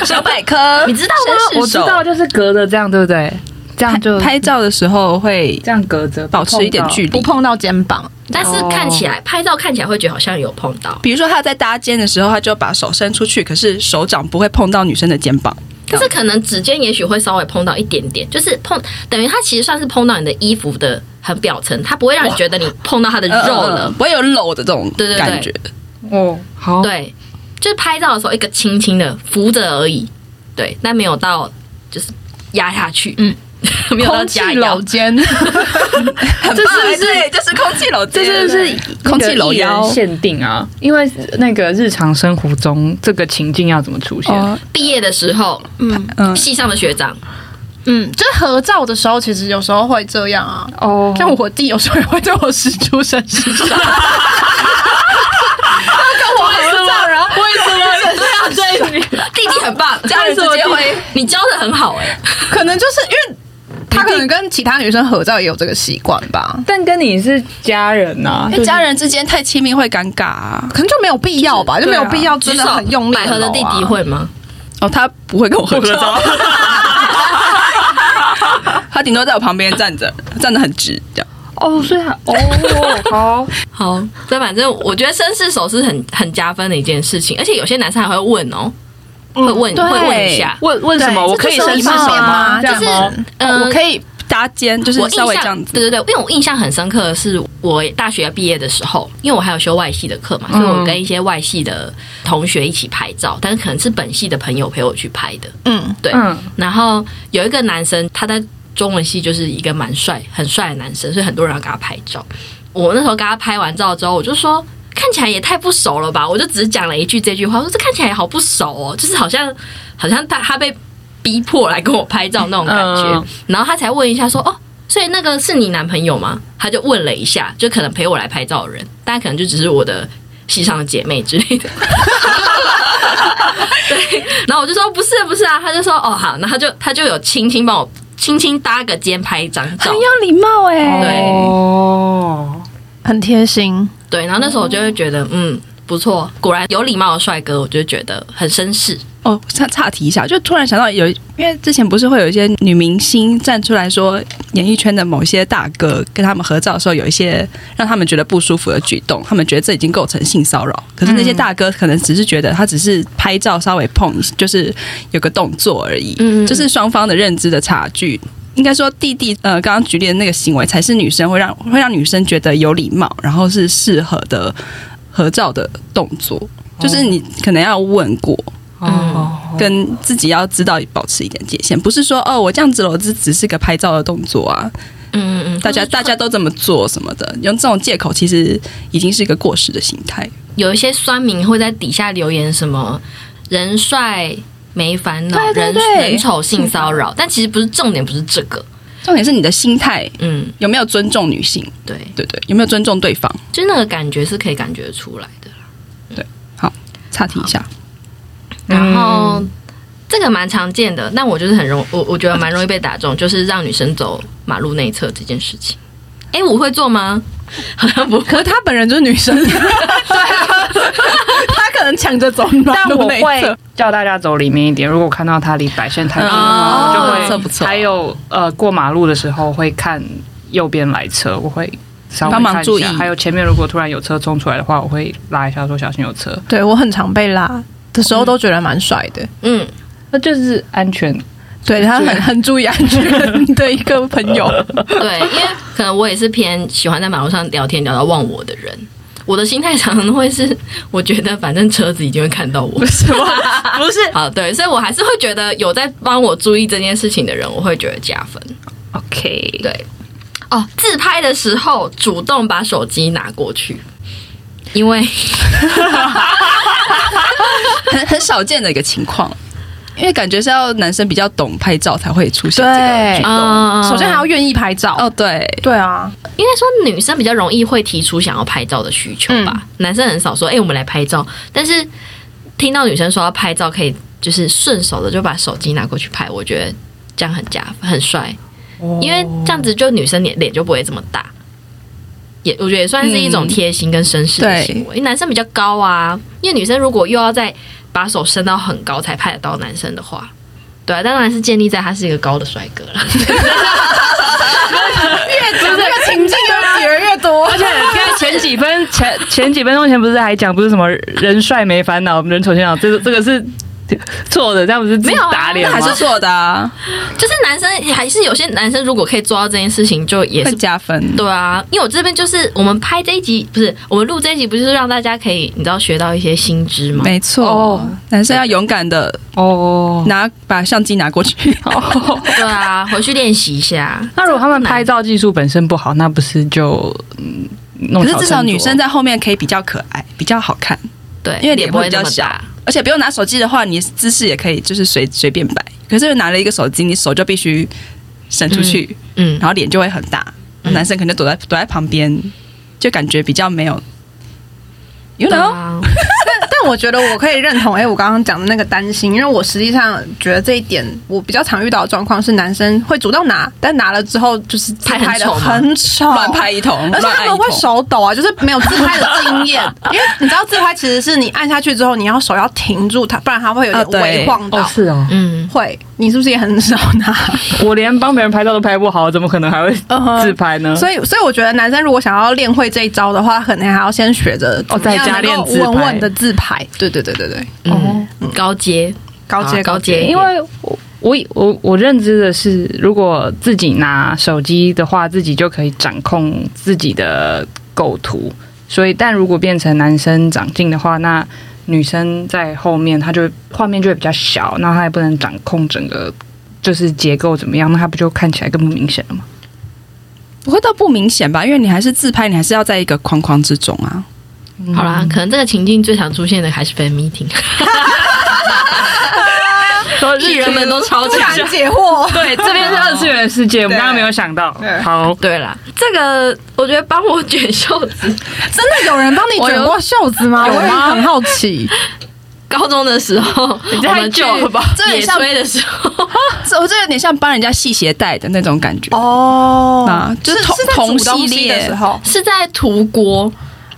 S1: 小百科
S2: 你知道吗？
S3: 我知道，就是隔着这样，对不对？这样就
S1: 拍照的时候会
S3: 这样隔着，
S1: 保持一点距
S4: 不
S1: 离。
S4: 碰到肩 膀，
S2: 但是看起来、拍照看起来会觉得好像有碰到，
S1: 比如说他在搭肩的时候，他就把手伸出去，可是手掌不会碰到女生的肩膀。
S2: 但是可能指尖也许会稍微碰到一点点，就是碰等于他其实算是碰到你的衣服的很表层，他不会让你觉得你碰到他的肉
S1: 呃
S2: 了。
S1: 不会有搂的这种
S2: 对对对
S1: 感觉。
S3: 哦，好，
S2: 对，就是拍照的时候一个轻轻的扶着而已，对，但没有到就是压下去，嗯，没有到
S3: 空气
S2: 加腰
S3: 搂，肩，
S1: 很
S3: 这
S1: 棒
S3: 是不
S1: 哎
S3: 是
S1: 对，就是空气楼，
S3: 这是不是
S1: 空气
S3: 那个
S1: 楼
S3: 艺人
S1: 腰
S3: 限定啊？因为那个日常生活中这个情境要怎么出现？
S1: 哦，
S2: 毕业的时候，
S4: 嗯
S1: 嗯，
S2: 系上的学长，
S4: 嗯，就是合照的时候，其实有时候会这样啊。
S3: 哦
S4: 像我弟有时候也会对我使出绅士手，
S2: 弟 弟很棒，家人直接回，你教的很好哎、
S4: 可能就是因为他可能跟其他女生合照也有这个习惯吧，
S3: 但跟你是家人呐、啊
S1: 因为家人之间太亲密会尴尬啊。
S4: 可能就没有必要吧，就没有必要
S2: 举
S4: 真的
S2: 手
S4: 很用力
S2: 百合的
S4: 搂
S2: 弟
S4: 啊
S2: 弟会吗？
S1: 哦，他不会跟我合照， 他顶多在我旁边站着，站得很直这样。
S3: 哦，所以他哦，好，
S2: 好，所以反正我觉得绅士手是很很加分的一件事情，而且有些男生还会问哦，会问、
S1: 对
S2: 会问一下。
S3: 问问什么？
S1: 对
S3: 我可以
S1: 这就是
S3: 伸
S1: 礼
S3: 出
S1: 貌
S3: 手
S1: 啊
S3: 吗？这样吗？
S2: 嗯
S1: 我可以搭肩，就是
S2: 我印
S1: 稍
S2: 象
S1: 微这样子。
S2: 对对对，因为我印象很深刻的是，我大学毕业的时候，因为我还有修外系的课嘛，所以
S1: 嗯
S2: 我跟一些外系的同学一起拍照，但是可能是本系的朋友陪我去拍的。
S4: 嗯，
S2: 对，
S3: 嗯，
S2: 然后有一个男生，他在中文系就是一个蛮帅、很帅的男生，所以很多人要给他拍照。我那时候跟他拍完照之后，我就说。看起来也太不熟了吧！我就只是讲了一句这句话，我说这看起来也好不熟哦，就是好像好像他他被逼迫来跟我拍照那种感觉。
S3: 嗯
S2: 然后他才问一下说：“哦，所以那个是你男朋友吗？”他就问了一下，就可能陪我来拍照的人，但可能就只是我的系上的姐妹之类的。 对，然后我就说不是不是啊，他就说哦好，然后他就他就有轻轻帮我轻轻搭个肩拍一张照
S1: 很，有礼貌哎、
S2: 对
S3: 哦，
S4: 很贴心。
S2: 对，然后那时候我就会觉得嗯不错，果然有礼貌的帅哥，我就觉得很绅士。
S1: 哦，岔岔题一下，就突然想到有，因为之前不是会有一些女明星站出来说，演艺圈的某些大哥跟他们合照的时候，有一些让他们觉得不舒服的举动，他们觉得这已经构成性骚扰。可是那些大哥可能只是觉得他只是拍照稍微碰，就是有个动作而已，
S2: 嗯嗯嗯
S1: 就是双方的认知的差距。应该说，弟弟呃，刚刚举例的那个行为才是女生会让会让女生觉得有礼貌，然后是适合的合照的动作，就是你可能要问过，
S3: 哦，
S1: 跟自己要知道保持一点界限，不是说哦，我这样子了，我这只是个拍照的动作啊，
S2: 嗯嗯嗯，
S1: 大家大家都这么做什么的，用这种借口其实已经是一个过时的心态。
S2: 有一些酸民会在底下留言什么“人帅没烦恼，
S1: 对对
S2: 人
S1: 对
S2: 人丑性骚扰”，但其实不是重点，不是这个。
S1: 重点是你的心态
S2: 嗯，
S1: 有没有尊重女性，
S2: 对，
S1: 对不对，有没有尊重对方？
S2: 就是那个感觉是可以感觉出来的。
S1: 岔题一下，
S2: 啊然后、这个蛮常见的，但我就是很容，我我觉得蛮容易被打中，就是让女生走马路内侧这件事情。哎，我会做吗？好像不
S4: 可是他本人就是女 生，对啊，他可能抢着走你马
S3: 但
S4: 路
S3: 我
S4: 内
S3: 会
S4: 侧。
S3: 叫大家走里面一点。如果看到他离白线太近，
S1: 哦
S3: 我就
S1: 不
S3: 会
S1: 错不错
S3: 还有呃，过马路的时候会看右边来车，我会稍微
S1: 帮忙
S3: 看一
S1: 注
S3: 下
S1: 意
S3: 还有前面如果突然有车冲出来的话，我会拉一下说小心有车。
S4: 对我很常被拉的时候都觉得蛮帅的，
S2: 嗯，
S3: 那就是安全。
S4: 对他很很注意安全的一个朋友。
S2: 对， 因为可能我也是偏喜欢在马路上聊天聊到忘我的人。我的心态常常会是， 我觉得反正车子一定会看到我，不是 吗？不是，好对，所以我还是会觉得有在帮我注意这件事情的人，我会觉得加分。
S3: OK，
S2: 对，哦，自拍的时候主动把手机拿过去，因为
S1: 很 很少见的一个情况，因为感觉是要男生比较懂拍照才会出现这个
S4: 对
S1: 举动。
S2: 嗯，
S4: 首先还要愿意拍照，
S1: 哦，对，
S4: 对啊，
S2: 应该说女生比较容易会提出想要拍照的需求吧，男生很少说哎、我们来拍照，但是听到女生说要拍照，可以就是顺手的就把手机拿过去拍，我觉得这样很加分，很帅，因为
S3: 哦
S2: 这样子就女生脸脸就不会这么大。也我觉得也算是一种贴心跟绅士的
S1: 对
S2: 行为，因为男生比较高啊，因为女生如果又要再把手伸到很高才拍得到男生的话，对啊，当然是建立在他是一个高的帅哥了。
S4: 越讲这个情境就 越越多，
S3: 而且刚才前 几分前前几分钟前不是还讲不是什么人帅没烦恼，人丑先恼，这个这个是错的，这样不是自己
S2: 没有啊
S3: 打脸
S1: 那
S3: 吗？
S1: 还是做的啊，
S2: 就是男生还是有些男生如果可以做到这件事情，就也
S1: 会
S2: 是
S1: 加分。
S2: 对啊，因为我这边就是我们拍这一集，不是我们录这一集，不就是让大家可以你知道学到一些新知吗？
S1: 没错，
S3: 哦
S1: 男生要勇敢的
S3: 哦，
S1: 拿把相机拿过去，
S3: 哦
S2: 对啊，回去练习一下。
S3: 那如果他们拍照技术本身不好，那不是就嗯弄
S1: 可
S3: 巧
S1: 是至少
S3: 成拙
S1: 女生在后面可以比较可爱，比较好看，
S2: 对，
S1: 因为
S2: 脸
S1: 脸
S2: 不
S1: 会
S2: 会
S1: 比
S2: 这
S1: 较
S2: 么
S1: 小
S2: 大。，
S1: 而且不用拿手机的话，你姿势也可以就是随随便摆。可是拿了一个手机，你手就必须伸出去，
S2: 嗯，
S1: 然后脸就会很大，
S2: 嗯
S1: 男生可能躲在躲在旁边，就感觉比较没有。You
S2: 对
S1: know，、
S2: 啊，
S4: 但我觉得我可以认同，哎、我刚刚讲的那个担心，因为我实际上觉得这一点，我比较常遇到的状况是，男生会主动拿，但拿了之后就是自拍的
S2: 拍很丑吗
S4: 很丑，
S1: 乱拍一通，
S4: 而且
S1: 乱
S4: 他
S1: 按一
S4: 们会
S1: 通
S4: 手抖啊，就是没有自拍的 经验，因为你知道自拍其实是你按下去之后，你要手要停住它，不然它会有
S1: 啊
S4: 点
S1: 对
S4: 微晃到。
S3: 哦是哦，
S2: 嗯，
S4: 会，你是不是也很少拿？
S3: 我连帮别人拍照都拍不好，怎么可能 还会
S4: 嗯哼
S3: 自拍呢？
S4: 所以，所以我觉得男生如果想要练会这一招的话，可能还要先学着
S3: 哦在家练自拍
S4: 稳稳的自拍。对对对对对，
S2: 嗯，高阶，
S4: 高阶
S2: 啊高阶
S4: 阶，
S3: 因为我我以我我认知的是，如果自己拿手机的话，自己就可以掌控自己的构图。所以，但如果变成男生长进的话，那女生在后面，她就画面就会比较小，那她也不能掌控整个就是结构怎么样，那她不就看起来更不明显了吗？
S1: 不会到不明显吧？因为你还是自拍，你还是要在一个框框之中啊。
S2: 嗯好啦，可能这个情境最常出现的还是 fan meeting，
S3: 所以
S2: 艺人们都超
S4: 突
S2: 强
S4: 然。解惑，
S3: 对，哎这边是二次元的世界，我们
S4: 对
S3: 刚刚没有想到
S4: 对。
S3: 好，
S2: 对啦，这个我觉得帮我卷袖子。
S4: 真的有人帮你卷过袖子吗？
S3: 有
S4: 我也
S3: 吗
S4: 很好奇。
S2: 高中的时候，
S3: 这
S2: 我
S3: 太
S2: 们
S3: 久
S2: 去
S3: 了吧
S1: 这
S2: 野
S1: 很像
S2: 炊的时候，
S1: 这我这有点像帮人家系鞋带的那种感觉。
S4: 哦
S1: 啊就是同
S4: 是在
S1: 同
S4: 煮东
S1: 系
S4: 西的
S1: 列
S4: 时候
S2: 是在涂锅。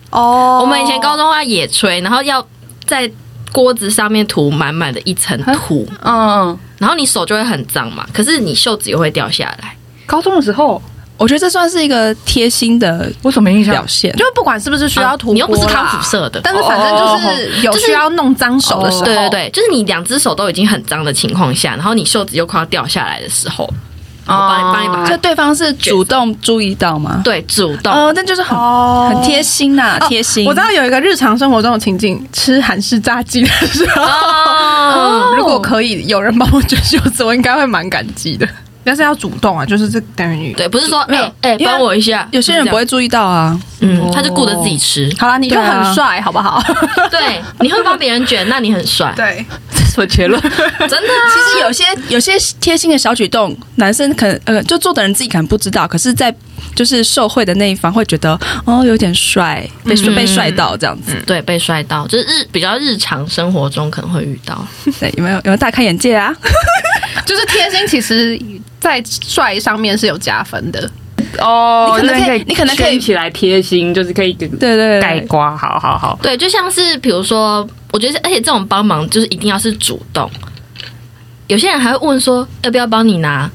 S4: 哦。
S2: 我们以前高中要野炊，然后要在锅子上面涂满满的一层土，
S3: 嗯，
S2: 然后你手就会很脏嘛，可是你袖子又会掉下来。
S3: 高中的时候
S1: 我觉得这算是一个贴心的
S3: 我怎么没印象
S1: 表？现。
S4: 就不管是不是需要涂、
S2: 啊你又不是康复社的哦
S4: 啊但是反正就是有需要弄脏手的时候，
S2: 对对对，就是你两只手都已经很脏的情况下，然后你袖子又快要掉下来的时候，我帮你帮你把
S1: 就
S2: 它
S1: 对方是主动注意到吗？
S2: 对主动。
S1: 哦，那就是很
S4: 哦
S1: 很贴心呐，贴心。
S4: 我知道有一个日常生活中的情境，吃韩式炸鸡的时候，
S2: 哦
S4: 如果可以有人帮我卷袖子，我应该会蛮感激的。但是要主动啊，就是这等于
S2: 对，不是说
S1: 没有
S2: 哎哎，
S1: 因为
S2: 帮我一下。
S1: 有些人不会注意到啊。
S2: 是这样，嗯，他就顾着自己吃。
S4: 好啦，你就
S1: 对啊
S4: 很帅，好不好？
S2: 对，你会帮别人卷，那你很帅，
S4: 对，
S3: 这什么结论？
S2: 真的啊。
S1: 其实有些有些贴心的小举动，男生可能呃，就做的人自己可能不知道，可是，在就是受贿的那一方会觉得哦，有点帅，被
S2: 嗯
S1: 被帅到这样子。
S2: 对，被帅到，就是日比较日常生活中可能会遇到。
S1: 对，有没有有没有大开眼界啊？
S4: 就是贴心，其实在帅上面是有加分的。
S3: 哦，
S1: 你可能
S3: 那
S1: 可以你可能可以
S3: 圈起来贴心，就是可以给
S1: 对对
S3: 盖
S1: 对，
S3: 瓜，好好好。
S2: 对，就像是比如说，我觉得，而且这种帮忙就是一定要是主动。有些人还会问说要不要帮你拿，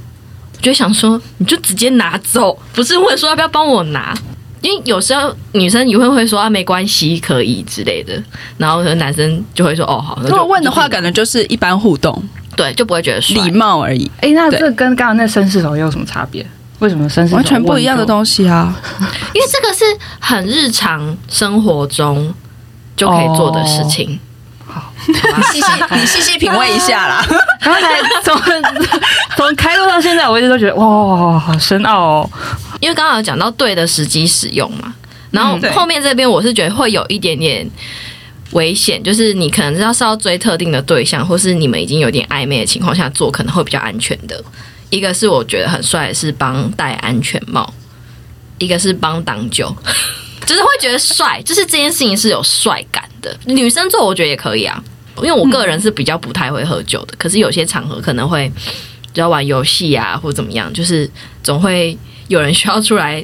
S2: 我就想说你就直接拿走，不是问说要不要帮我拿。因为有时候女生也会会说啊没关系可以之类的，然后可能男生就会说哦好，那
S1: 如
S2: 就
S1: 果问的话，
S2: 就
S1: 可能就是一般互动、
S2: 对就不会觉得帅
S1: 礼貌而已，
S3: 哎，那
S1: 对
S3: 这跟刚刚那绅士手又有什么差别？为什么绅士手
S1: 完全不一样的
S3: 西？
S1: 东西啊。
S2: 因为这个是很日常生活中就可以做的事情。
S1: 你细细你细细品味一下啦。
S3: 刚才从 从开头到现在，我一直都觉得哇，好深奥哦。
S2: 因为刚刚有讲到对的时机使用嘛，然后
S4: 嗯对
S2: 后面这边我是觉得会有一点点危险，就是你可能是要是要追特定的对象，或是你们已经有点暧昧的情况下做，可能会比较安全的。一个是我觉得很帅的是帮戴安全帽，一个是帮挡酒，就是会觉得帅，就是这件事情是有帅感的。女生做我觉得也可以啊，因为我个人是比较不太会喝酒的，可是有些场合可能会只要玩游戏啊或怎么样，就是总会有人需要出来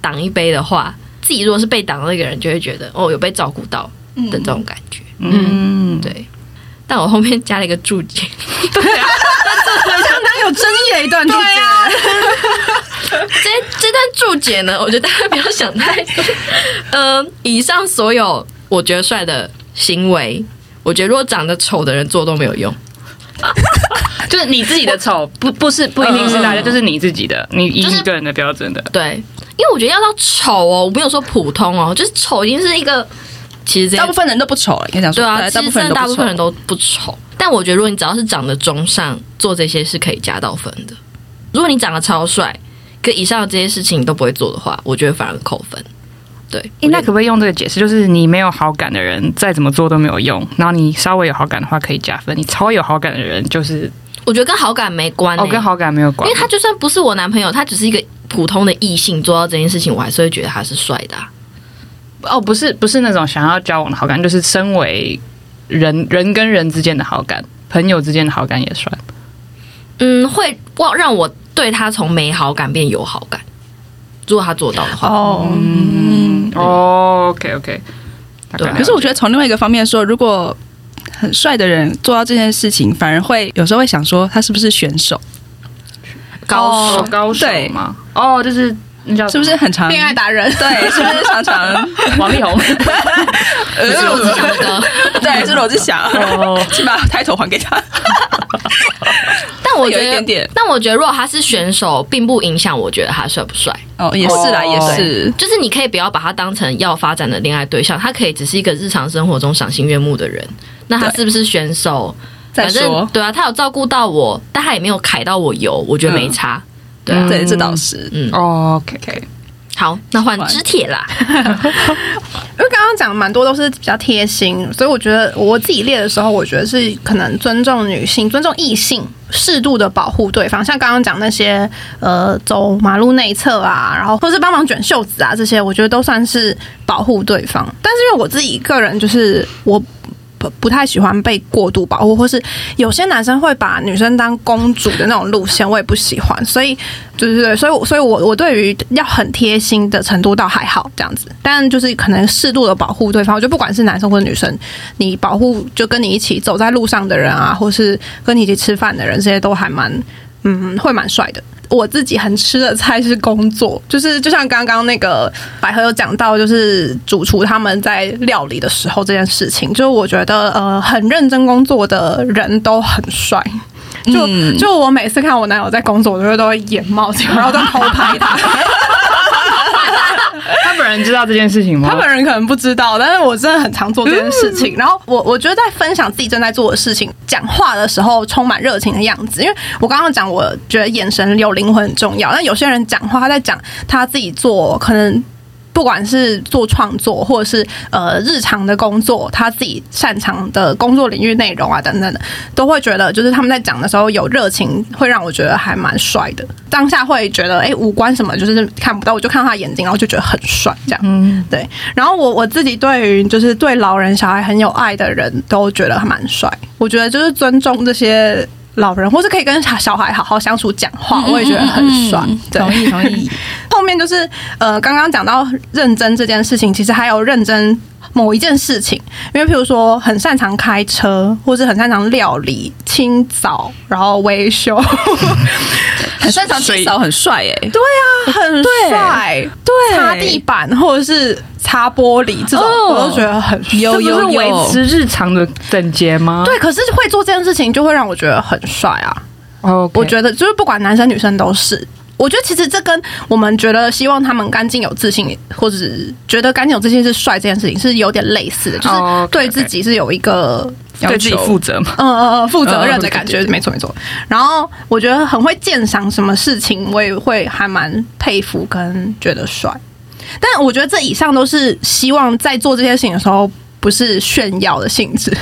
S2: 挡一杯的话，自己如果是被挡的那个人，就会觉得哦有被照顾到的这种感觉。
S3: 嗯，
S2: 对，但我后面加了一个注 解，啊
S4: 相当有争议的一段对啊，
S2: 这这段注解呢，我觉得大家不要呃想太多。嗯、以上所有我觉得帅的行为，我觉得如果长得丑的人做都没有用，
S3: 就是你自己的丑，不不是不一定是大家，
S2: 嗯
S3: 就是你自己的，你以
S2: 就是
S3: 你个人的标准的。
S2: 对，因为我觉得要到丑哦，我没有说普通哦，就是丑已经是一个其实这
S1: 大
S2: 样
S1: 部分人都不丑了，应该讲说，
S2: 对啊，
S1: 大
S2: 其
S1: 部
S2: 实
S1: 分
S2: 真
S1: 人
S2: 的
S1: 都
S2: 大
S1: 不
S2: 部
S1: 丑
S2: 分。人都不丑，但我觉得如果你只要是长得中上，做这些是可以加到分的。如果你长得超帅，可以上的这些事情你都不会做的话，我觉得反而扣分。对，
S3: 诶，那可不可以用这个解释？就是你没有好感的人，再怎么做都没有用。然后你稍微有好感的话可以加分，你超有好感的人就是
S2: 我觉得跟好感没关、欸，
S3: 哦，跟好感没有关
S2: 因为。他就算不是我男朋友，他只是一个普通的异性，做到这件事情，我还是会觉得他是帅的、啊。
S3: 哦，不是不是那种想要交往的好感，就是身为人人跟人之间的好感，朋友之间的好感也算。
S2: 嗯，会哇让我对他从没好感变有好感。如果他做到的话，
S4: 哦，
S1: 嗯
S3: 哦，OK OK，
S2: 对啊
S1: 可是我觉得从另外一个方面说，如果很帅的人做到这件事情，反而会有时候会想说他是不是选手，
S2: 高手、
S3: 哦高手
S1: 对
S3: 嘛，哦，就是那叫
S1: 是不是很常
S4: 恋爱达人，
S1: 对，是不是常呃常？
S3: 王力宏？
S2: 是罗 志祥的 歌，
S1: 对，是罗志祥，
S3: 哦
S1: 请把抬头还给他。
S2: 但我觉得
S1: 有一点点
S2: 但我觉得如果他是选手，并不影响我觉得他帅不帅。
S1: 哦，也是啦，
S3: 哦
S1: 也是。
S2: 就是你可以不要把他当成要发展的恋爱对象，他可以只是一个日常生活中赏心悦目的人。那他
S1: 对
S2: 是不是选手？
S1: 再
S2: 反正
S1: 说，
S2: 对啊，他有照顾到我，但他也没有揩到我油，我觉得没差。对啊，
S1: 对，这倒是。
S2: 嗯，
S3: 哦，OK OK，
S2: 好，那换
S1: 换
S2: 肢铁啦。
S4: 因为刚刚讲蛮多都是比较贴心，所以我觉得我自己列的时候，我觉得是可能尊重女性、尊重异性，适度的保护对方。像刚刚讲那些呃走马路内侧啊，然后或是帮忙卷袖子啊，这些我觉得都算是保护对方。但是因为我自己个人就是我。不不太喜欢被过度保护，或是有些男生会把女生当公主的那种路线，我也不喜欢。所以对对对，所以我所以我我对于要很贴心的程度倒还好这样子，但就是可能适度的保护对方，我觉得不管是男生或者女生，你保护就跟你一起走在路上的人啊，或是跟你一起吃饭的人，这些都还蛮嗯会蛮帅的。我自己很吃的菜是工作，就是就像刚刚那个百合有讲到，就是主厨他们在料理的时候这件事情，就是我觉得呃很认真工作的人都很帅，就、
S1: 嗯
S4: 就我每次看我男友在工作，我就会都会眼冒金，然后都偷拍他。
S3: 他本人知道这件事情吗？嗯
S4: 他本人可能不知道，但是我真的很常做这件事情。然后我我觉得在分享自己正在做的事情、讲话的时候充满热情的样子，因为我刚刚讲，我觉得眼神有灵魂很重要。但有些人讲话，他在讲他自己做可能。不管是做创作，或者是呃日常的工作，他自己擅长的工作领域内容啊等等的，都会觉得就是他们在讲的时候有热情，会让我觉得还蛮帅的。当下会觉得哎、诶五官什么就是看不到，我就看他眼睛，然后就觉得很帅这样。
S3: 嗯，
S4: 对，然后我我自己对于就是对老人、小孩很有爱的人都觉得还蛮帅。我觉得就是尊重这些老人，或是可以跟小小孩好好相处、讲
S1: 嗯
S4: 话，我也觉得很帅。对，
S1: 同意同意。
S4: 后面就是呃，刚刚讲到认真这件事情，其实还有认真某一件事情，因为譬如说很擅长开车，或是很擅长料理、清扫，然后 维修，
S1: 很擅长
S3: 所以
S1: 洗澡，很帅哎。
S4: 啊很
S1: 对
S4: 帅。
S1: 对
S4: 擦地板或者是擦玻璃这种，
S1: 哦
S4: 我都觉得很帅。
S1: 有
S3: 这不
S1: 有
S3: 是维
S1: 有，
S3: 持日常的整洁吗？
S4: 对，可是会做这件事情就会让我觉得很帅啊！
S3: 哦，
S4: 我觉得就是不管男生女生都是。我觉得其实这跟我们觉得希望他们干净有自信，或者是觉得干净有自信是帅这件事情是有点类似的，就是
S3: 哦，OK，OK
S4: 对自己是有一个
S3: 得对自己
S1: 要求
S3: 负责嘛。
S4: 嗯嗯嗯负责任
S3: 嗯
S4: 的
S3: 对
S4: 感
S3: 对
S4: 觉，
S3: 对
S4: 没错没错。然后我觉得很会鉴赏什么事情，我也会还蛮佩服跟觉得帅。但我觉得这以上都是希望在做这些事情的时候不是炫耀的性质，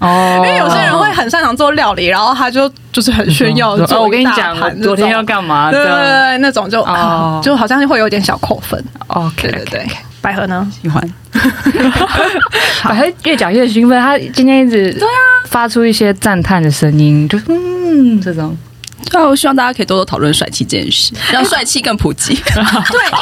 S3: 哦，
S4: 因为有些人会很擅长做料理，然后他就就是很炫耀
S3: 说
S4: 做、
S3: 哦，我跟你讲，我昨天要。干嘛？
S4: 对
S3: 这
S4: 对对
S3: 样
S4: 对，那种就、啊
S3: 哦
S4: 就好像会有点小扣分，对
S3: OK，
S4: 对对。百合呢？
S1: 喜欢。
S3: 百合越讲越兴奋，他今天一直对啊发出一些赞叹的声音，就是嗯这种。
S1: 对啊，我希望大家可以多多讨论帅气这件事，让帅气更普及。
S4: 对，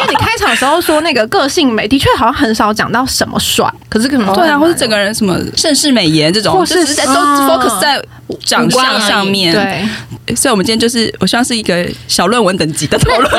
S4: 因为你开场的时候说那个个性美，的确好像很少讲到什么帅，可是可能
S1: 对啊，或是整个人什么盛世美颜这种，
S4: 或
S1: 就是只是在都
S4: 嗯
S1: focus 在长
S2: 五官而
S1: 相
S2: 已
S1: 上面。，
S4: 对，
S1: 所以我们今天就是，我希望是一个小论文等级的 讨论。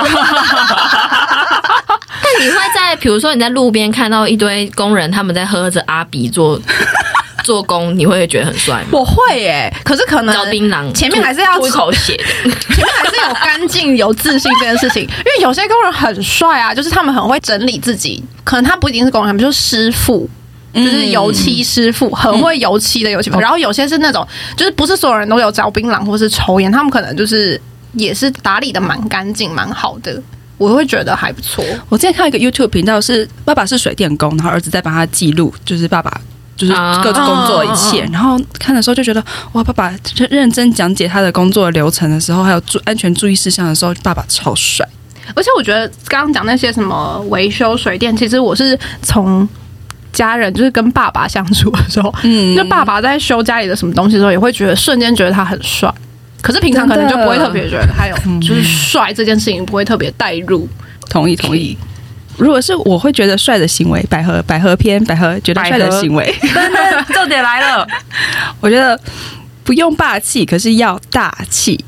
S2: 但你会在比如说你在路边看到一堆工人，他们在喝着阿比做 做工，你会觉得很帅吗？
S4: 我会耶、可是可能
S2: 嚼槟榔，
S4: 嗯前面还是要
S2: 吐吐一口血的，
S4: 前面还是有干净、有自信这件事情， 因为有些工人很帅啊，就是他们很会整理自己，可能他不一定是工人，他们就是师傅。就是
S1: 嗯
S4: 油漆师傅，很会油漆的油漆。然后有些是那种，就是不是所有人都有嚼槟榔或是抽烟，他们可能就是也是打理的蛮干净、蛮好的，我会觉得还不错。
S1: 我之前看到一个 YouTube 频道是爸爸是水电工，然后儿子在帮他记录，就是爸爸。就是
S2: 啊
S1: 各自工作的一切
S4: 嗯嗯
S1: 然后看的时候就觉得，哇，爸爸认认真讲解他的工作流程的时候，还有注安全注意事项的时候，爸爸超帅。
S4: 而且我觉得刚刚讲那些什么维修水电，其实我是从家人就是跟爸爸相处的时候，
S1: 嗯
S4: 那爸爸在修家里的什么东西的时候，也会觉得瞬间觉得他很帅，可是平常可能就不会特别觉得他有，就是帅这件事情不会特别带入。
S1: 同意同意。如果是我会觉得帅的行为，百合百合篇百合觉得帅的行为，
S3: 重点来了，
S1: 我觉得不用霸气，可是要大气。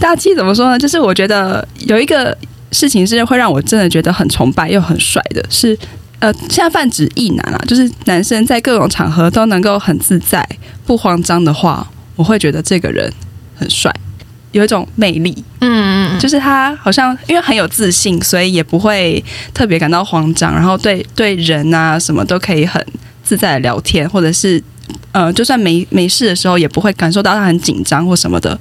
S1: 大气怎么说呢？就是我觉得有一个事情是会让我真的觉得很崇拜又很帅的，是呃，现在泛指异男啦，啊就是男生在各种场合都能够很自在、不慌张的话，我会觉得这个人很帅，有一种魅力。
S4: 嗯，
S1: 就是他好像因为很有自信，所以也不会特别感到慌张，然后对对人啊什么都可以很自在的聊天，或者是呃，就算没没事的时候，也不会感受到他很紧张或什么的。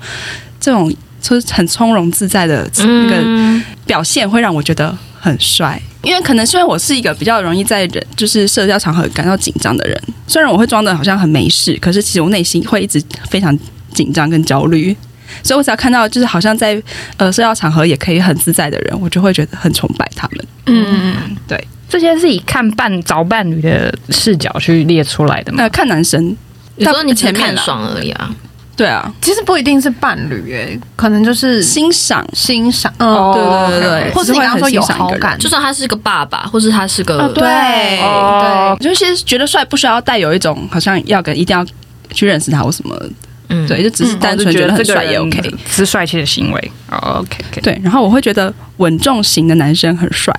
S1: 这种就是很从容自在的那个
S2: 嗯，
S1: 表现，会让我觉得很帅。因为可能虽然我是一个比较容易在人就是社交场合感到紧张的人，虽然我会装的好像很没事，可是其实我内心会一直非常紧张跟焦虑。所以我只要看到就是好像在呃社交场合也可以很自在的人，我就会觉得很崇拜他们。
S4: 嗯，
S3: 这些是以看伴找伴侣的视角去列出来的嘛
S1: 呃，？看男生，
S2: 有时候你只是
S1: 前面
S2: 看
S1: 啦
S2: 爽而已啊。
S1: 对啊，
S4: 其实不一定是伴侣，诶，可能就是
S1: 欣赏，
S4: 欣赏，
S3: 哦
S4: 嗯，
S1: 对对对对，
S4: 或
S1: 是
S4: 是你
S1: 会
S4: 刚刚
S1: 很
S4: 说有
S1: 欣赏一个
S4: 好
S1: 人
S4: 感，
S2: 就算他是个爸爸，或是他是个，
S4: 哦对
S3: 哦
S4: 对。
S1: 就是觉得帅不需要带有一种好像要跟一定要去认识他或什么，
S2: 嗯，
S1: 哦对，就只是
S4: 嗯
S1: 单纯觉得很帅也 OK。
S3: 是帅气的行为。哦 OK，, o k
S1: 对，然后我会觉得稳重型的男生很帅，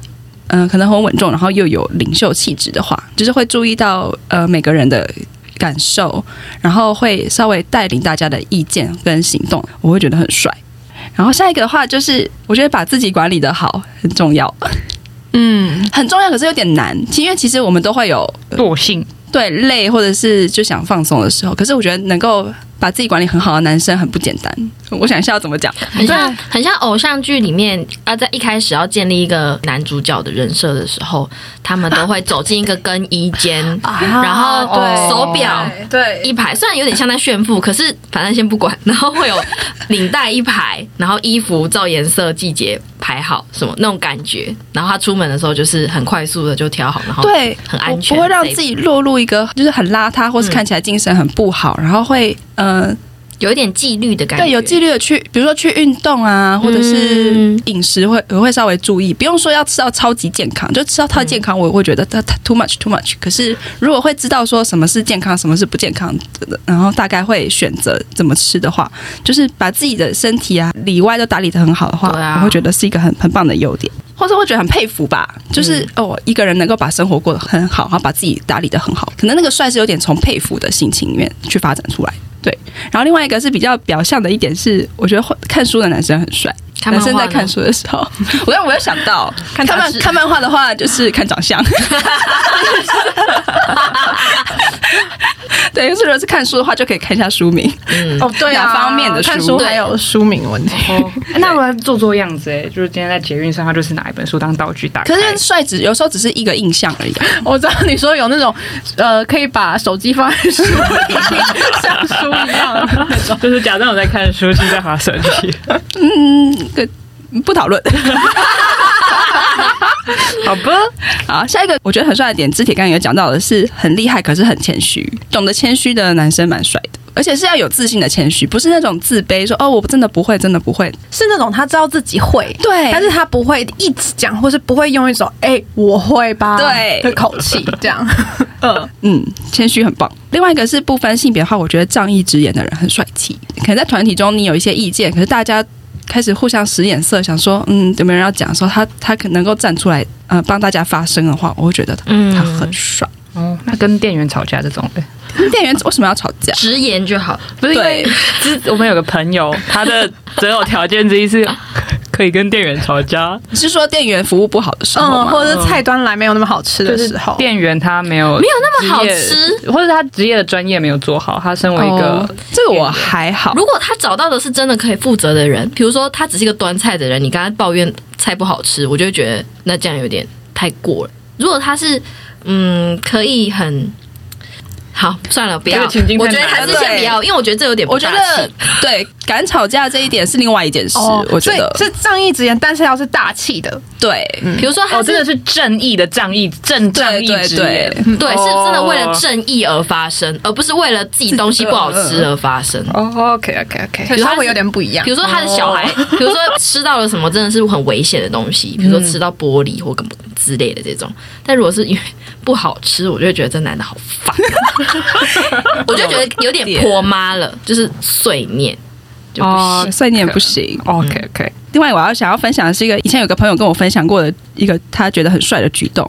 S1: 嗯、可能很稳重，然后又有领袖气质的话，就是会注意到呃每个人的感受，然后会稍微带领大家的意见跟行动，我会觉得很帅。然后下一个的话就是，我觉得把自己管理的好很重要，
S4: 嗯，
S1: 很重要，可是有点难。其因为其实我们都会有
S3: 惰性
S1: 对累或者是就想放松的时候，可是我觉得能够把自己管理很好的男生很不简单。我想一下要怎么讲，
S2: 很像
S1: 啊
S2: 很像偶像剧里面啊，在一开始要建立一个男主角的人设的时候，他们都会走进一个更衣 间，
S1: 啊
S2: 然后
S3: 对
S2: 手表。
S4: 啊哦对，
S2: 一排虽然有点像在炫富，可是反正先不管。然后会有领带一排，然后衣服照颜色、季节排好，什么那种感觉。然后他出门的时候就是很快速的就挑好，然后
S1: 对，
S2: 哦很安
S1: 我
S2: 全
S1: 不会让自己落入一个就是很邋遢，或是看起来精神很不好，然后会呃，
S2: 有一点纪律的感觉。
S1: 对，有纪律的去，比如说去运动啊，或者是
S2: 嗯
S1: 饮食会我会稍微注意，不用说要吃到超级健康，就吃到太健康，我会觉得它它 too much too much。可是如果会知道说什么是健康，什么是不健康的，然后大概会选择怎么吃的话，就是把自己的身体啊里外都打理的很好的话，
S2: 对啊
S1: 我会觉得是一个很很棒的优点。或者会觉得很佩服吧，就是、哦，一个人能够把生活过得很好，然后把自己打理的很好，可能那个帅是有点从佩服的心情里面去发展出来。对，然后另外一个是比较表象的一点是，我觉得会看书的男生很帅。
S2: 看
S1: 男
S2: 漫画
S1: 生
S2: 呢
S1: 在看书的时候， 我刚我有想到，看
S4: 杂
S1: 漫
S4: 志
S1: 看漫画的话就是看长 相。对，就是如果是看书的话，就可以看一下书名。
S4: 哦，对啊，
S1: 哪方面的
S4: 看
S1: 嗯书
S4: 书还有书名问题，
S3: 哦， 那我要做做样子哎，就是今天在捷运上，他就是拿一本书当道具打开。
S1: 可是帅只有时候只是一个印象而已啊、
S4: 我知道你说有那种呃，可以把手机放在书里，像书一样的那种。
S3: 就是假装我在看书，是在划手机，
S1: 嗯，个不讨论。
S3: 好吧？
S1: 好，下一个我觉得很帅的点，肢体刚刚有讲到的是很厉害，可是很谦虚，懂得谦虚的男生蛮帅的，而且是要有自信的谦虚，不是那种自卑说哦我真的不会，真的不会。
S4: 是那种他知道自己会，
S1: 对
S4: 但是他不会一直讲，或是不会用一种“哎、我会吧”
S1: 对
S4: 的口气这样。 嗯，
S1: 嗯，谦虚很棒。另外一个是不分性别的话，我觉得仗义直言的人很帅气。可能在团体中你有一些意见，可是大家开始互相使眼色，想说嗯有没有人要讲说他他可能够站出来呃帮大家发声的话，我会觉得他
S2: 嗯
S1: 他很帅。
S3: 哦，那跟店员吵架这种的，
S1: 店员为什么要吵架？
S2: 直言就好。
S3: 不是因为
S1: 对
S3: 之我们有个朋友，他的择偶条件之一是 可以跟店员吵架，
S1: 你是说店员服务不好的时候
S4: 嗯，
S1: 吗？
S4: 或者是菜端来没有那么好吃
S3: 就
S4: 的
S3: 是
S4: 时候，
S3: 店员他没有没
S2: 有那么好吃，
S3: 或者他职业的专业没有做好，他身为一个
S1: 哦这个我还好，
S2: 如果他找到的是真的可以负责的人，比如说他只是一个端菜的人，你跟他抱怨菜不好吃，我就会觉得那这样有点太过了。如果他是嗯，可以很好，算了，不要。
S3: 这个情境太
S2: 我觉得还是先
S1: 难了
S2: 不要，因为我觉得这有点不
S1: 我觉
S2: 大
S1: 得
S2: 气
S1: 对敢吵架这一点是另外一件事，
S4: 哦，
S1: 我觉得
S4: 所以是仗义直言，但是要是大气的，
S1: 对，
S2: 比如说他
S3: 哦，
S2: 是、
S3: 真的是正义的仗义，正仗
S1: 对
S3: 义
S1: 对
S3: 之言
S1: 对，
S2: 对，
S3: 哦
S2: 是真的为了正义而发声，而不是为了自己东西不好
S3: 嗯
S2: 吃而发声。
S3: 哦，OK OK OK，
S2: 比
S4: 可
S2: 如
S4: 是
S2: 他
S4: 稍
S2: 是
S4: 微有点不一样
S2: 比。如说他的小孩，比如说吃到了什么真的是很危险的东西，比如说吃到玻璃或什么之类的这种。但如果是因为不好吃，我就会觉得这男的好烦，啊我就觉得有点婆妈了，就是碎念就不行。
S3: 哦
S1: 所以你也不行。
S3: OK OK，
S1: 另外，我要想要分享的是一个以前有个朋友跟我分享过的一个他觉得很帅的举动，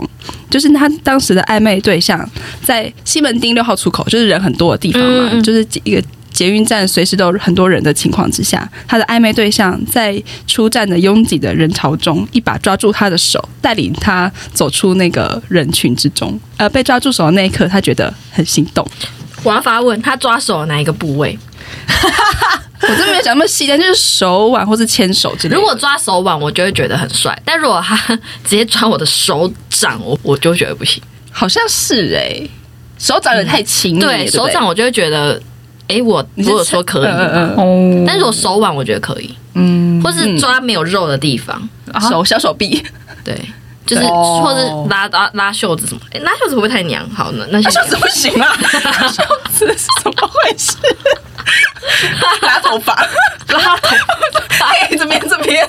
S1: 就是他当时的暧昧对象在西门町六号出口，就是人很多的地方嘛，
S2: 嗯嗯
S1: 就是一个捷运站随时都有很多人的情况之下，他的暧昧对象在出站的拥挤的人潮中，一把抓住他的手，带领他走出那个人群之中。呃，被抓住手的那一刻，他觉得很心动。
S2: 我要发问，他抓手的哪一个部位？
S1: 我真的没有想那么细，但就是手腕或是牵手之类的。
S2: 如果抓手腕，我就会觉得很帅；但如果他直接抓我的手掌，我我就觉得不行。
S1: 好像是哎、手掌有点太轻、了，
S2: 对
S1: 不
S2: 手掌，我就会觉得，哎、我
S1: 你
S2: 我
S1: 是
S2: 有说可以吗，
S1: 嗯嗯
S3: 哦，
S2: 但是我手腕我觉得可以，
S3: 嗯，
S2: 或是抓没有肉的地方，
S1: 嗯手小手臂，
S2: 对，就是
S3: 哦
S2: 或是拉拉拉袖子什么，诶拉袖子会不会太娘？好，那那
S1: 那
S2: 先
S1: 袖子不行 啊，袖子是怎么回事？拉头发，拉头发，哎、这边这边，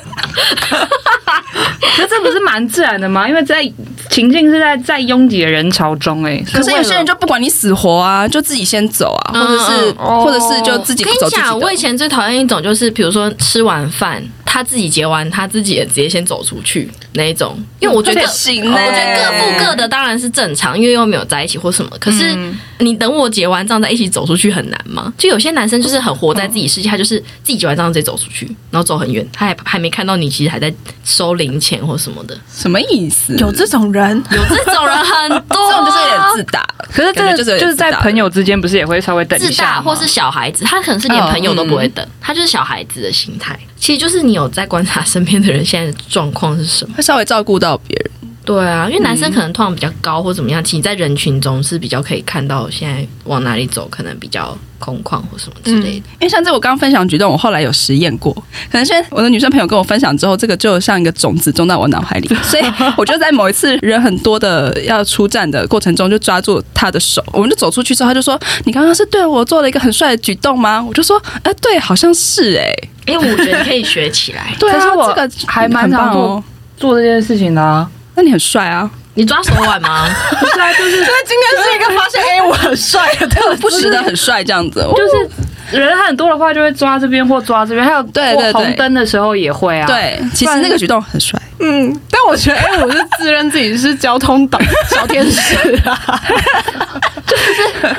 S3: 那这不是蛮自然的吗？因为在情境是在在拥挤的人潮中、欸，哎，
S1: 可是有些人就不管你死活啊，就自己先走啊，
S2: 嗯
S1: 或者是、
S3: 嗯哦
S1: 或者是就自己
S2: 跟
S1: 走
S2: 你
S1: 自己
S2: 讲，我
S1: 的。
S2: 以前最讨厌一种就是，比如说吃完饭，他自己结完，他自己也直接先走出去那一种，因为我觉得
S1: 不行呢、
S2: 我觉得各
S1: 欸
S2: 付各的当然是正常，因为又没有在一起或什么。可是
S1: 嗯
S2: 你等我结完账再一起走出去很难吗？就有些男生就是很活在自己世界，他就是自己结完账直接走出去，然后走很远，他还还没看到你，其实还在收零钱或什么 的。
S1: 什么意思？
S4: 有这种 人，
S2: 有这种人很多啊，
S1: 这种就是有点自大，
S3: 可是这
S1: 感
S3: 个
S1: 觉就是有点
S3: 就是在
S1: 自大
S3: 朋友之间，不是也会稍微等一
S2: 自
S3: 下
S2: 大
S3: 吗，
S2: 或是小孩子，他可能是连朋友都不会等，他就是小孩子的心态。其实就是你有在观察身边的人现在的状况是什么。
S1: 会稍微照顾到别人。
S2: 对啊，因为男生可能通常比较高或怎么样，其实在人群中是比较可以看到现在往哪里走，可能比较空旷或什么之类的。
S1: 因为像这我刚分享的举动，我后来有实验过，可能是因为我的女生朋友跟我分享之后，这个就像一个种子种到我脑海 里，所以我就在某一次人很多的要出站的过程中，就抓住她的手，我们就走出去之后，她就说：“你刚刚是对我做了一个很帅的举动吗？”我就说：“呃，对，好像是哎、。
S2: 哎、我觉得可以学起来
S1: 对啊，
S3: 可是我
S1: 这个
S3: 还蛮
S1: 很棒
S3: 常
S1: 哦
S3: 做。做这件事情 的、啊，
S1: 那你很帅啊，
S2: 你抓手腕吗？
S3: 不是啊，就是
S4: 那今天是一个 发现，哎，我很帅的特质
S1: 不时的很帅这 样子，哦
S3: 就是人很多的话，就会抓这边或抓这边，还有
S1: 对对对
S3: 过红灯的时候也会啊，，
S1: 对，其实那个举动很帅。”
S4: 嗯，但我觉得，哎，我是自认自己是交通党小天使啊， 就是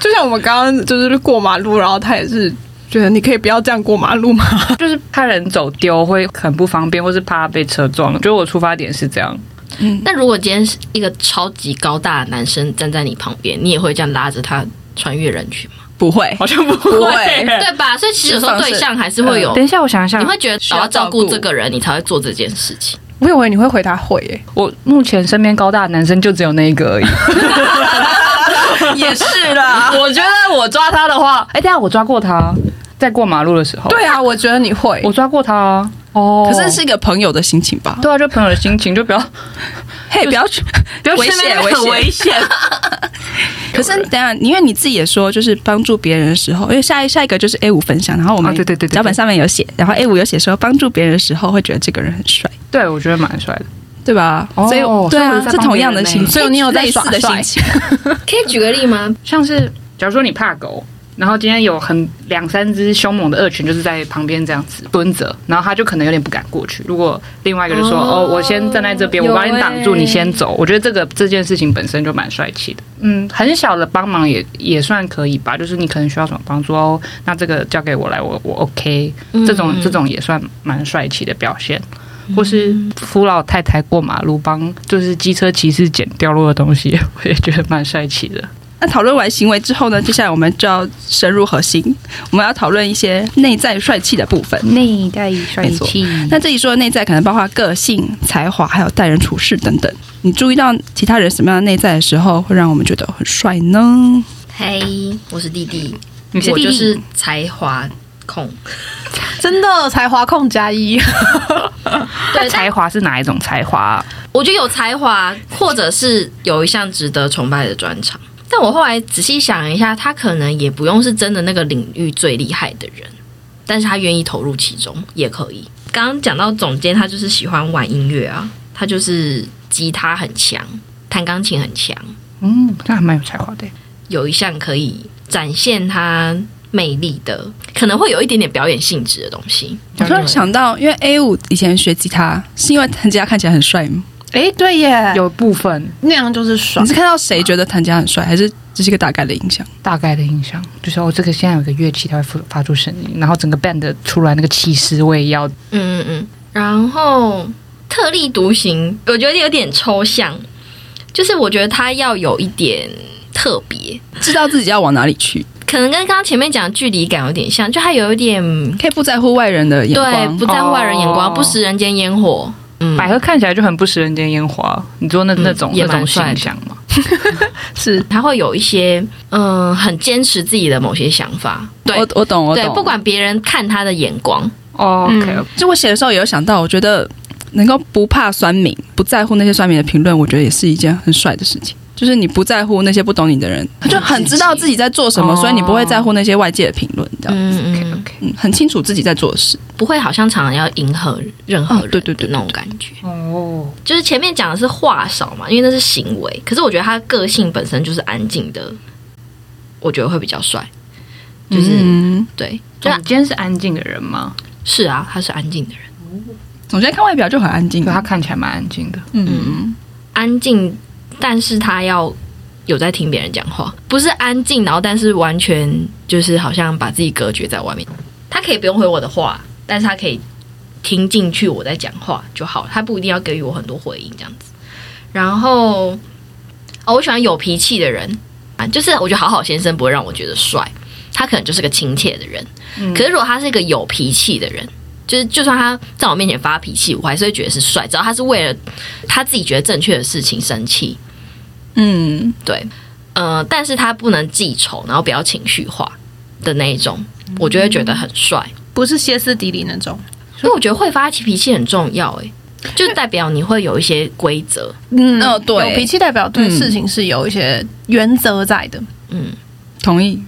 S4: 就像我们刚刚就是过马路，然后他也是觉得你可以不要这样过马路吗？
S3: 就是怕人走丢会很不方便，或是怕被车撞。觉得我出发点是这样，
S2: 那如果今天是一个超级高大的男生站在你旁边，你也会这样拉着他穿越人群吗？
S1: 不会，
S3: 好像不
S1: 不
S3: 会
S1: 会。
S2: 对吧？所以其实有时候对象还是会有
S3: 等一下，我想想，
S2: 你会觉得我要照顾这个人，你才会做这件事情。
S4: 我以为你会回答会、哎，
S3: 我目前身边高大的男生就只有那一个而已。
S1: 也是啦。
S3: 我觉得我抓他的话，哎、等一下我抓过他，在过马路的时候，
S4: 对啊，我觉得你会
S3: 我。抓过他啊。哦，
S1: 可是是一个朋友的心情吧？
S3: 对啊，就朋友的心情，就不要
S1: 嘿，不要去，
S3: 不 要
S1: 危险
S3: 去那边很
S1: 危
S3: 险。
S1: 可是等一下，因为你自己也说，就是帮助别人的时候，因为下一下一个就是 A 五分享，然后我们、
S3: 啊对对对对对
S1: 脚本上面有写，然后 A 五有写说帮助别人的时候会觉得这个人很帅，
S3: 对，我觉得蛮帅的。
S1: 对吧？
S3: 哦
S1: 所以对
S3: 所以我
S1: 啊
S3: 是，在
S1: 是
S3: 帮
S1: 同样的
S3: 别人
S1: 心情，
S4: 所以你有在
S1: 类似
S4: 耍
S1: 的
S4: 帅
S1: 心情，
S2: 可以举个例吗？
S3: 像是假如说你怕狗，然后今天有很两三只凶猛的恶犬，就是在旁边这样子蹲着，然后他就可能有点不敢过去。如果另外一个就说：“
S2: 哦
S3: 哦，我先站在这边，
S2: 有
S3: 我把你挡住，
S2: 欸
S3: 你先走。”我觉得这个这件事情本身就蛮帅气的。嗯，很小的帮忙也也算可以吧，就是你可能需要什么帮助哦，那这个交给我来，我我 OK，
S2: 嗯
S3: 这种
S2: 嗯
S3: 这种也算蛮帅气的表现。或是扶老太太过马路，帮就是机车骑士捡掉落的东西， 我也觉得蛮帅气的。
S1: 那讨论完行为之后呢，接下来我们就要深入核心，我们要讨论一些内在帅气的部分。
S3: 内在帅气，
S1: 那这里说的内在可能包括个性、才华，还有待人处事等等。你注意到其他人什么样的内在的时候，会让我们觉得很帅呢？
S2: 嘿，我是弟弟，
S3: 你是
S2: 我
S3: 弟
S2: 就
S3: 弟
S2: 是才华控，
S4: 真的才华控加 一，
S2: 对，但
S3: 才华是哪一种才华、
S2: 我觉得有才华，或者是有一项值得崇拜的专长。但我后来仔细想一下，他可能也不用是真的那个领域最厉害的人，但是他愿意投入其中也可以。刚刚讲到总监，他就是喜欢玩音乐啊，他就是吉他很强，弹钢琴很强，
S3: 嗯，那还蛮有才华的。
S2: 有一项可以展现他魅力的，可能会有一点点表演性质的东西。
S1: 我突然想到，因为 A 五以前学吉他，是因为弹吉他看起来很帅吗？
S4: 哎，对耶，
S3: 有部分
S4: 那样就是爽
S1: 你是。看到谁觉得弹吉他很帅，还是只是一个大概的印象？
S3: 大概的印象，就是哦，这个现在有个乐器，它会发发出声音，然后整个 band 出来那个气势，我也要。
S2: 嗯嗯嗯，然后特立独行，我觉得有点抽象，就是我觉得他要有一点特别，
S1: 知道自己要往哪里去，
S2: 可能跟刚刚前面讲的距离感有点像，就他有一点
S1: 可以不在乎外人的眼
S2: 对
S1: 光
S2: 不。在乎外人眼光，
S3: 哦
S2: 不食人间烟火。嗯，
S3: 百合看起来就很不食人间烟火，你说那
S2: 嗯
S3: 那种
S2: 也
S3: 那
S2: 蛮
S3: 种
S2: 帅的
S3: 形象嘛？
S1: 是
S2: 他会有一些嗯、很坚持自己的某些想法，对
S1: 我我懂我
S2: 对，
S1: 懂，
S2: 不管别人看他的眼光，
S3: 哦
S4: 嗯
S3: OK，
S1: 就我写的时候也有想到，我觉得能够不怕酸民，不在乎那些酸民的评论，我觉得也是一件很帅的事情。就是你不在乎那些不懂你的人，就很知道自己在做什么，
S3: 哦
S1: 所以你不会在乎那些外界的评论，这样，
S2: 嗯
S3: ，OK
S2: 嗯，
S3: OK，
S1: 嗯，很清楚自己在做的事。
S2: 不会好像常常要迎合任何
S1: 哦
S2: 人，
S1: 对对对
S2: 那种感觉。
S3: 哦，
S2: 就是前面讲的是话少嘛，因为那是行为。可是我觉得他个性本身就是安静的，我觉得会比较帅。就是、
S1: 嗯，
S2: 对，啊就
S3: 总
S2: 是
S3: 监是安静的人吗？
S2: 是啊，他是安静的人，
S1: 总监看外表就很安静啊
S3: 对，，
S2: 啊
S3: 他看起来蛮安静的。
S1: 嗯，
S2: 安静，但是他要有在听别人讲话，不是安静，然后但是完全就是好像把自己隔绝在外面。他可以不用回我的话，但是他可以听进去我在讲话就好，他不一定要给予我很多回应这样子。然后，哦，我喜欢有脾气的人啊，就是我觉得好好先生不会让我觉得帅，他可能就是个亲切的人。
S3: 嗯
S2: 可是如果他是一个有脾气的人，就是就算他在我面前发脾气，我还是会觉得是帅，只要他是为了他自己觉得正确的事情生气，
S1: 嗯，
S2: 对，呃，但是他不能记仇，然后不要情绪化的那一种，
S1: 嗯
S2: 我就会觉得很帅。
S4: 不是歇斯底里那种。
S2: 所以我觉得会发脾气很重要、 欸，就代表你会有一些规则，
S4: 嗯
S1: 哦对
S4: 有脾气代表对
S1: 嗯
S4: 事情是有一些原则在的。
S2: 嗯。
S1: 同意。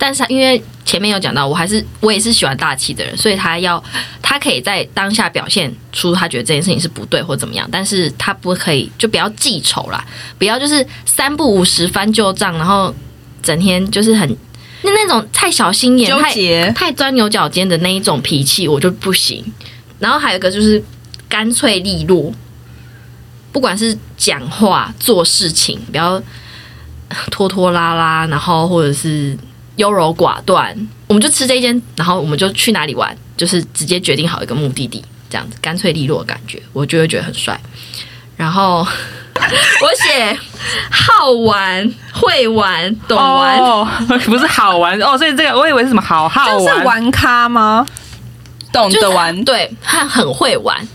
S2: 但是他因为前面有讲到，我还是我也是喜欢大气的人，所以他要他可以在当下表现出他觉得这件事情是不对或怎么样，但是他不可以就不要记仇啦，不要就是三不五时翻旧账，然后整天就是很那那种太小心眼、
S1: 纠
S2: 太
S1: 结
S2: 太钻牛角尖的那一种脾气，我就不行。然后还有一个就是干脆利落，不管是讲话、做事情，不要拖拖拉拉，然后或者是优柔寡断。我们就吃这一间，然后我们就去哪里玩，就是直接决定好一个目的地，这样子干脆利落的感觉，我就会觉得很帅。然后我写好玩、会玩、懂玩，
S3: 哦， 不是好玩哦，所以这个我以为是什么好好
S4: 这是玩咖吗？
S1: 懂
S2: 就是
S1: 得玩，
S2: 对，他很会玩。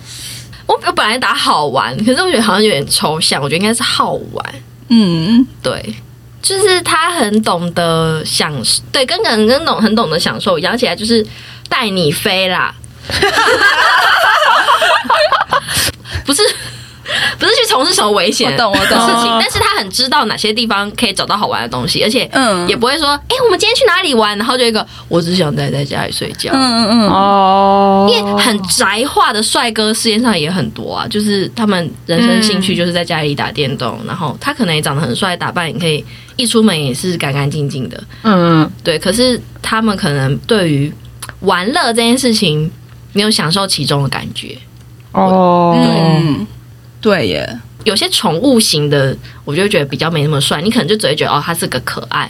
S2: 我我本来打好玩，可是我觉得好像有点抽象，我觉得应该是好玩。
S1: 嗯，
S2: 对，就是他很懂得享，对，跟跟跟懂很懂得享受，养起来就是带你飞啦， 不是不是去从事什么危险
S1: 我懂我
S2: 的
S1: 懂
S2: 事情，但是他很知道哪些地方可以找到好玩的东西，而且
S1: 嗯
S2: 也不会说，哎、我们今天去哪里玩，然后就一个我只想待在家里睡觉。
S1: 嗯嗯嗯，
S3: 哦，
S2: 因为很宅化的帅哥，世界上也很多啊。就是他们人生兴趣就是在家里打电动，然后他可能也长得很帅，打扮也可以，一出门也是干干净净的。
S3: 嗯，
S2: 对，可是他们可能对于玩乐这件事情没有享受其中的感觉。
S3: 哦，
S1: 嗯，对耶，
S2: 有些宠物型的，我就会觉得比较没那么帅，你可能就只会觉得哦，他是个可爱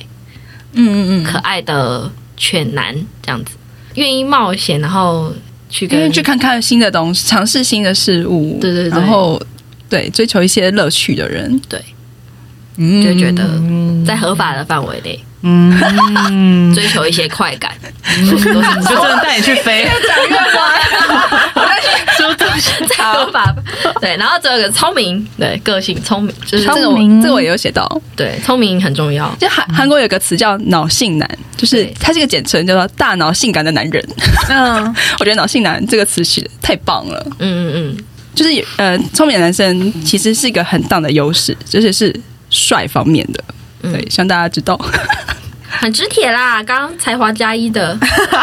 S1: 嗯嗯
S2: 可
S1: 嗯，
S2: 爱的犬男这样子，愿意冒险，然后去
S1: 因为
S2: 跟
S1: 去看看新的东西，尝试新的事物，
S2: 对对对
S1: 然后对追求一些乐趣的人，
S2: 对，
S1: 嗯
S2: 就觉得在合法的范围内
S3: 嗯，
S2: 追求一些快感，嗯 都是都是
S3: 就真的带你去 飞，
S2: 在合法对，然后这个聪明，对个性聪明，就是
S1: 这
S2: 这
S1: 个
S2: 种
S1: 我
S3: 聪明
S1: 这个我也有写到，
S2: 对聪明很重要。
S1: 就韩韩国有个词叫脑性男，就是
S2: 对
S1: 它是一个简称，叫做大脑性感的男人。
S4: 嗯，
S1: 我觉得脑性男这个词写得太棒了，
S2: 嗯嗯
S1: 就是呃，聪明的男生其实是一个很大的优势，就是是帅方面的。
S2: 嗯
S1: 对，希望大家知道。
S2: 嗯，很直铁啦，刚刚才华加 一的，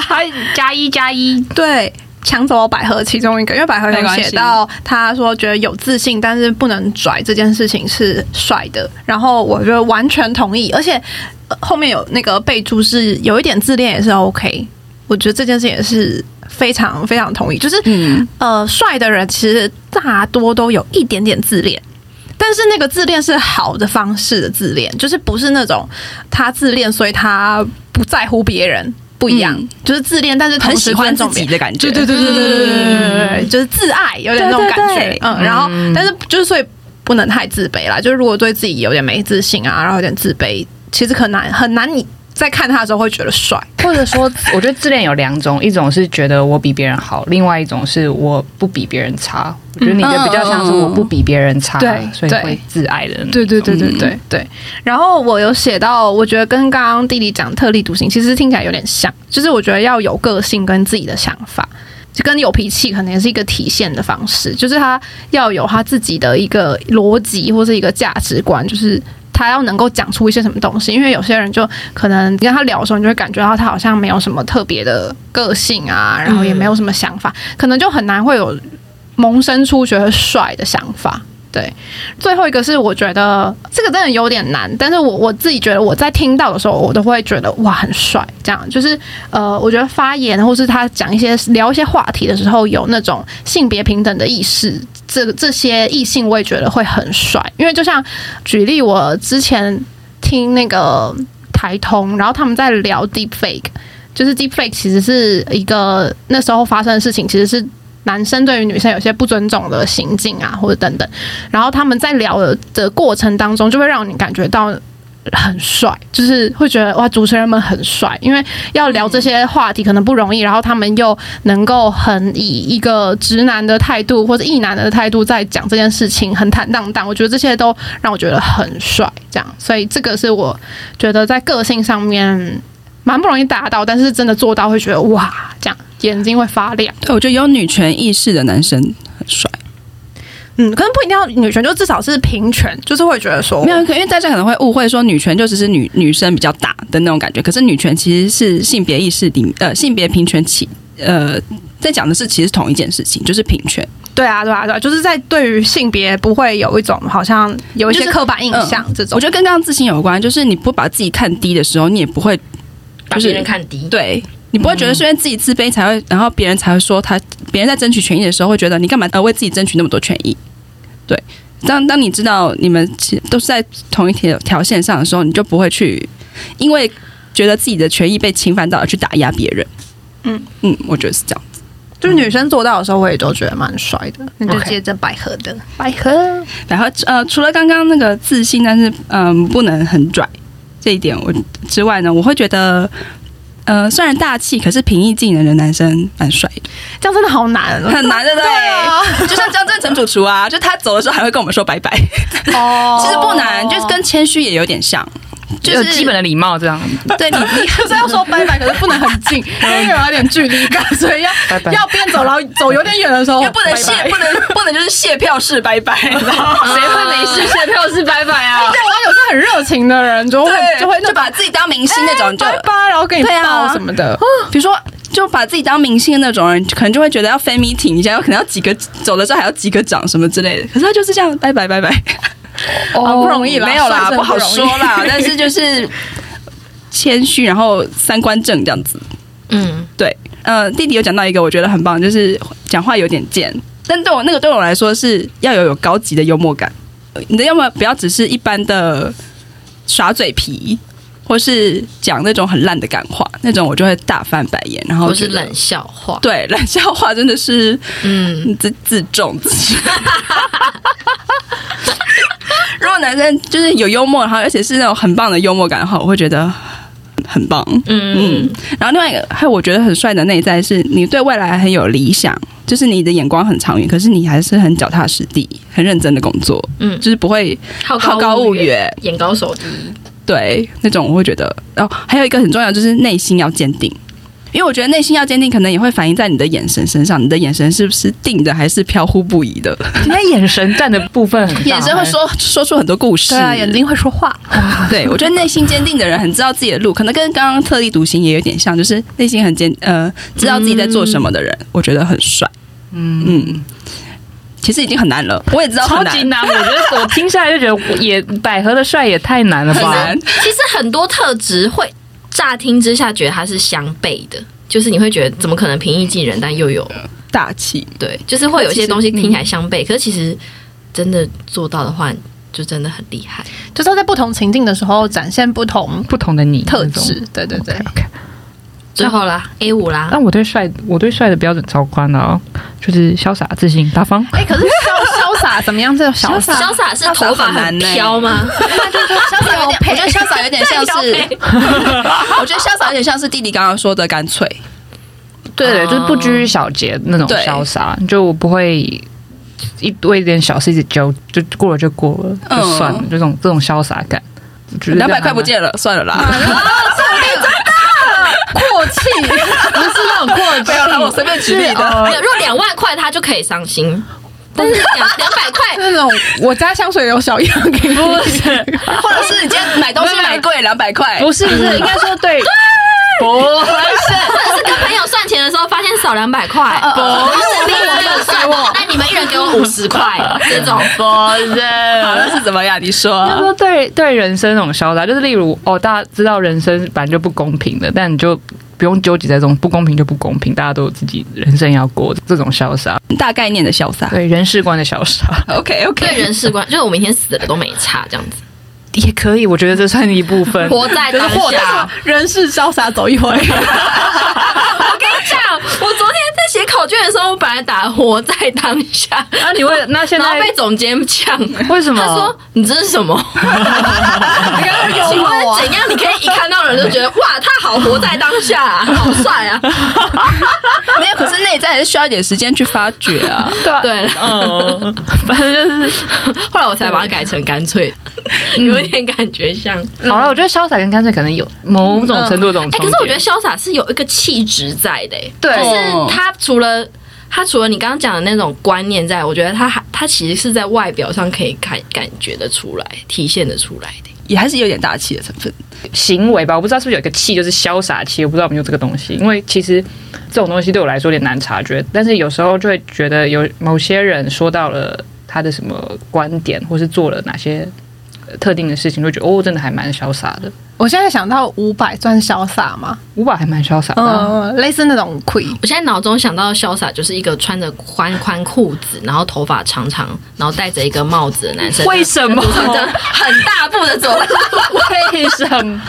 S3: 哎加一加一，
S4: 对。抢走我百合其中一个，因为百合
S1: 没
S4: 有
S1: 关系
S4: 写到，他说觉得有自信，但是不能拽这件事情是帅的，然后我就完全同意，而且、呃后面有那个备注是有一点自恋也是 OK，我觉得这件事也是非常非常同意，就是
S1: 嗯，
S4: 呃，帅的人其实大多都有一点点自恋，但是那个自恋是好的方式的自恋，就是不是那种他自恋，所以他不在乎别人，不一样，
S1: 嗯
S4: 就是自恋，但是 同
S1: 很
S4: 时
S1: 喜欢
S4: 尊
S1: 自
S4: 重别
S1: 己
S4: 人。嗯
S1: 的感觉。
S4: 对对对对对对对对对对，就是自爱，有点那种感
S1: 对
S4: 觉
S1: 对对。
S4: 嗯，然后但是就是所以不能太自卑啦，就是如果对自己有点没自信啊，然后有点自卑，其实很难很难你在看他的时候会觉得帅。
S3: 或者说，我觉得自恋有两种，一种是觉得我比别人好，另外一种是我不比别人差。我觉得你的比较像是我不比别人差，
S4: 对
S3: 嗯所以
S4: 对
S3: 会自爱的那种。
S4: 对对对对
S1: 嗯
S4: 对对。然后我有写到，我觉得跟刚刚弟弟讲特立独行，其实听起来有点像，就是我觉得要有个性跟自己的想法，就跟有脾气可能也是一个体现的方式，就是他要有他自己的一个逻辑或是一个价值观，就是。他要能够讲出一些什么东西，因为有些人就可能跟他聊的时候，你就会感觉到他好像没有什么特别的个性啊，然后也没有什么想法，可能就很难会有萌生出觉得帅的想法。对，最后一个是我觉得这个真的有点难，但是我我自己觉得我在听到的时候，我都会觉得哇很帅，这样就是呃，我觉得发言或是他讲一些聊一些话题的时候，有那种性别平等的意识，这这些异性我也觉得会很帅，因为就像举例，我之前听那个台通，然后他们在聊 deepfake，就是 deepfake 其实是一个那时候发生的事情，其实是男生对于女生有些不尊重的行径啊，或者等等。然后他们在聊的的过程当中，就会让你感觉到。很帅，就是会觉得哇，主持人们很帅，因为要聊这些话题可能不容易，然后他们又能够很以一个直男的态度或者异男的态度在讲这件事情，很坦荡荡。我觉得这些都让我觉得很帅，这样，所以这个是我觉得在个性上面蛮不容易达到，但是真的做到会觉得哇，这样眼睛会发亮。
S1: 对，我觉得有女权意识的男生很帅。
S4: 嗯，可能不一定要女权，就至少是平权，就是会觉得说
S1: 没有，可因为大家可能会误会说女权就只是女女生比较大的那种感觉，可是女权其实是性别意识里呃性别平权起呃在讲的是其实同一件事情，就是平权。
S4: 对啊，对啊，对啊，就是在对于性别不会有一种好像有一些
S1: 就是
S4: 刻板印象这种。
S1: 我觉得跟刚刚自信有关，就是你不把自己看低的时候，你也不会
S2: 把
S1: 就是
S2: 别人看低，
S1: 对你不会觉得是因为自己自卑才会，然后别人才会说他，别人在争取权益的时候会觉得你干嘛呃为自己争取那么多权益？对，当当你知道你们其实都是在同一条条线上的时候，你就不会去因为觉得自己的权益被侵犯到而去打压别人。
S4: 嗯
S1: 嗯，我觉得是这样。
S4: 就是女生做到的时候，我也都觉得蛮帅的。那就
S3: OK
S4: 接着百合的百合，
S1: 然后呃，除了刚刚那个自信，但是嗯、不能很拽这一点我之外呢，我会觉得。呃，虽然大气，可是平易近人的男生蛮帅的，
S4: 这样真的好难哦。
S1: 很难的对不对
S4: 啊，
S1: 就像江正成主厨啊，就他走的时候还会跟我们说拜拜，
S4: 哦
S1: 其实不难，就是跟谦虚也有点像。
S3: 有基本的礼貌这样。
S1: 对你， 你嗯
S4: 就是要说拜拜，可是不能很 近，因为有一点距离感，所以要
S3: 拜拜
S4: 要边走，然后走有点远的时候，
S1: 又不能谢，
S4: 拜拜
S1: 不能不能就是谢票式拜拜，你知道吗？
S3: 谁会没事谢票是拜拜 啊？
S4: 对，我要有是很热情的人，就会
S1: 对，
S4: 就
S1: 就
S4: 会哎
S1: 会就把自己当明星那种，就
S4: 拜拜，然后跟你
S1: 对啊
S4: 抱什么的。
S1: 比如说。就把自己当明星的那种人，可能就会觉得要 fan meeting 一下，可能要几个走的时候还要几个掌什么之类的。可是他就是这样，拜拜 拜拜，
S4: 好不容易啦
S1: 哦没有啦，
S4: 算是
S1: 不
S4: 很不
S1: 好
S4: 容易
S1: 说 啦。但是就是谦虚，然后三观正这样子。
S2: 嗯，
S1: 对，呃，弟弟有讲到一个我觉得很棒，就是讲话有点贱，但对我那个对我来说是要有有高级的幽默感，呃你的幽默不要只是一般的耍嘴皮，或是讲那种很烂的感话，那种我就会大翻白眼，然后
S2: 或是
S1: 觉得
S2: 冷笑话，
S1: 对冷笑话真的是
S2: 嗯，
S1: 你自自 重自己。如果男生就是有幽默，然后而且是那种很棒的幽默感的话，我会觉得很棒。
S2: 嗯
S1: 嗯，然后另外一个还有我觉得很帅的内在是，你对未来很有理想，就是你的眼光很长远，可是你还是很脚踏实地、很认真的工作，
S2: 嗯
S1: 就是不会
S2: 好
S1: 好高骛，远。
S2: 眼高手低，
S1: 对，那种我会觉得，哦，还有一个很重要就是内心要坚定，因为我觉得内心要坚定，可能也会反映在你的眼神身上，你的眼神是不是定的，还是飘忽不已的？
S3: 今天眼神占的部分很大，
S1: 眼神会说说出很多故事，
S4: 对啊，眼睛会说 话，
S1: 对，我觉得内心坚定的人很知道自己的路，可能跟刚刚特立独行也有点像，就是内心很坚呃，知道自己在做什么的人，我觉得很帅。
S3: 嗯
S1: 嗯，其实已经很难了，我也知道
S3: 超
S1: 很
S3: 级
S1: 难，
S3: 难。我觉得我听下来就觉得也百合的帅也太难了
S1: 很
S3: 吧
S1: 难？。
S2: 其实很多特质会乍听之下觉得它是相悖的，就是你会觉得怎么可能平易近人，但又有
S1: 大气，
S2: 对，就是会有一些东西听起来相悖，可是其实真的做到的话，就真的很厉害。
S4: 就是要在不同情境的时候展现不同
S3: 不同的你
S4: 特质。对对对，
S3: OK，
S2: 最后啦，A 五啦，
S3: 那我对帅，我对帅的标准超宽的哦，就是潇洒、自信、大方。
S4: 哎，可是潇潇洒怎么样？这种 潇洒
S2: 潇洒是头发很飘吗？
S1: 潇洒有 点，我觉得潇洒有点像是， 我觉得潇洒有点像是弟弟刚刚说的干 脆，
S3: 对对，
S2: 哦
S3: 就是不拘小节那种
S1: 对
S3: 潇洒，就我不会一为一点小事一直揪，就过了就过了，
S1: 嗯
S3: 就算了，就这种这种潇洒感。我觉得
S1: 两啊
S3: 这
S1: 百
S3: 样
S1: 块不
S3: 还蛮，
S1: 见了，算 了啦，
S4: 阔气，
S3: 不是那种过
S1: 不要让我随便举例的。
S2: 没有，如果两万块他就可以伤心，但是两两百块
S4: 那种我家香水有小样给你，
S3: 不是
S1: 或者是你今天买东西买贵两百块，
S3: 不是不是，应该说对，不
S2: 或者是跟朋友算钱的时候发现少两百块，不是另外一个算我，那你们一人给我五十块，这种
S3: 不是。
S1: 好那是怎么样？你
S3: 他
S1: 说，
S3: 说对对人生那种潇洒，就是例如哦，大家知道人生本来就不公平的，但你就不用纠结在这种不公平就不公平，大家都有自己人生要过这种潇洒，
S1: 大概念的潇洒
S3: 对人世观的潇洒
S1: ，OK OK，
S2: 对人事关，就是我明天死了都没差，这样子
S3: 也可以，我觉得这算一部分。
S2: 活在当下。
S4: 人是潇洒走一回。
S2: 我跟你讲，我昨天在写考卷的时候，我本来打活在当下，
S3: 那、啊你会那现
S2: 然后
S3: 在
S2: 被总监呛。
S3: 为什么？
S2: 他说：“你这是什么？
S4: 你刚刚
S2: 请
S4: 有我
S2: 问
S4: 啊？
S2: 怎样？你可以一看到人就觉得哇，他好活在当下、 啊，好帅啊！
S1: 没有，可是内在还是需要一点时间去发掘啊。
S3: 对啊
S2: 对了
S3: 嗯，反正就是
S2: 后来我才把它改成干脆， 有一点感觉像。哎、
S3: 好了。我觉得潇洒跟干脆可能有某种程度的这种
S2: 嗯
S3: 重叠、
S2: 可是我觉得潇洒是有一个气质在的、欸，
S3: 对
S2: 就是他除了。”他除了你刚刚讲的那种观念在，我觉得他还他其实是在外表上可以感感觉得出来、体现得出来的。
S1: 也还是有点大气的成分。
S3: 行为吧，我不知道是不是有一个气，就是潇洒气，我不知道有没有这个东西，因为其实这种东西对我来说有点难察觉，但是有时候就会觉得有某些人说到了他的什么观点，或是做了哪些呃特定的事情，就觉得哦，真的还蛮潇洒的，
S4: 我现在想到伍佰算潇洒吗？
S3: 五百还蛮潇洒的啊、
S4: 嗯，类似那种 queen。
S2: 我现在脑中想到的潇洒就是一个穿着宽宽裤子，然后头发长长，然后戴着一个帽子的男生，
S3: 为什么？
S2: 的很大步的走路，
S3: 为什么？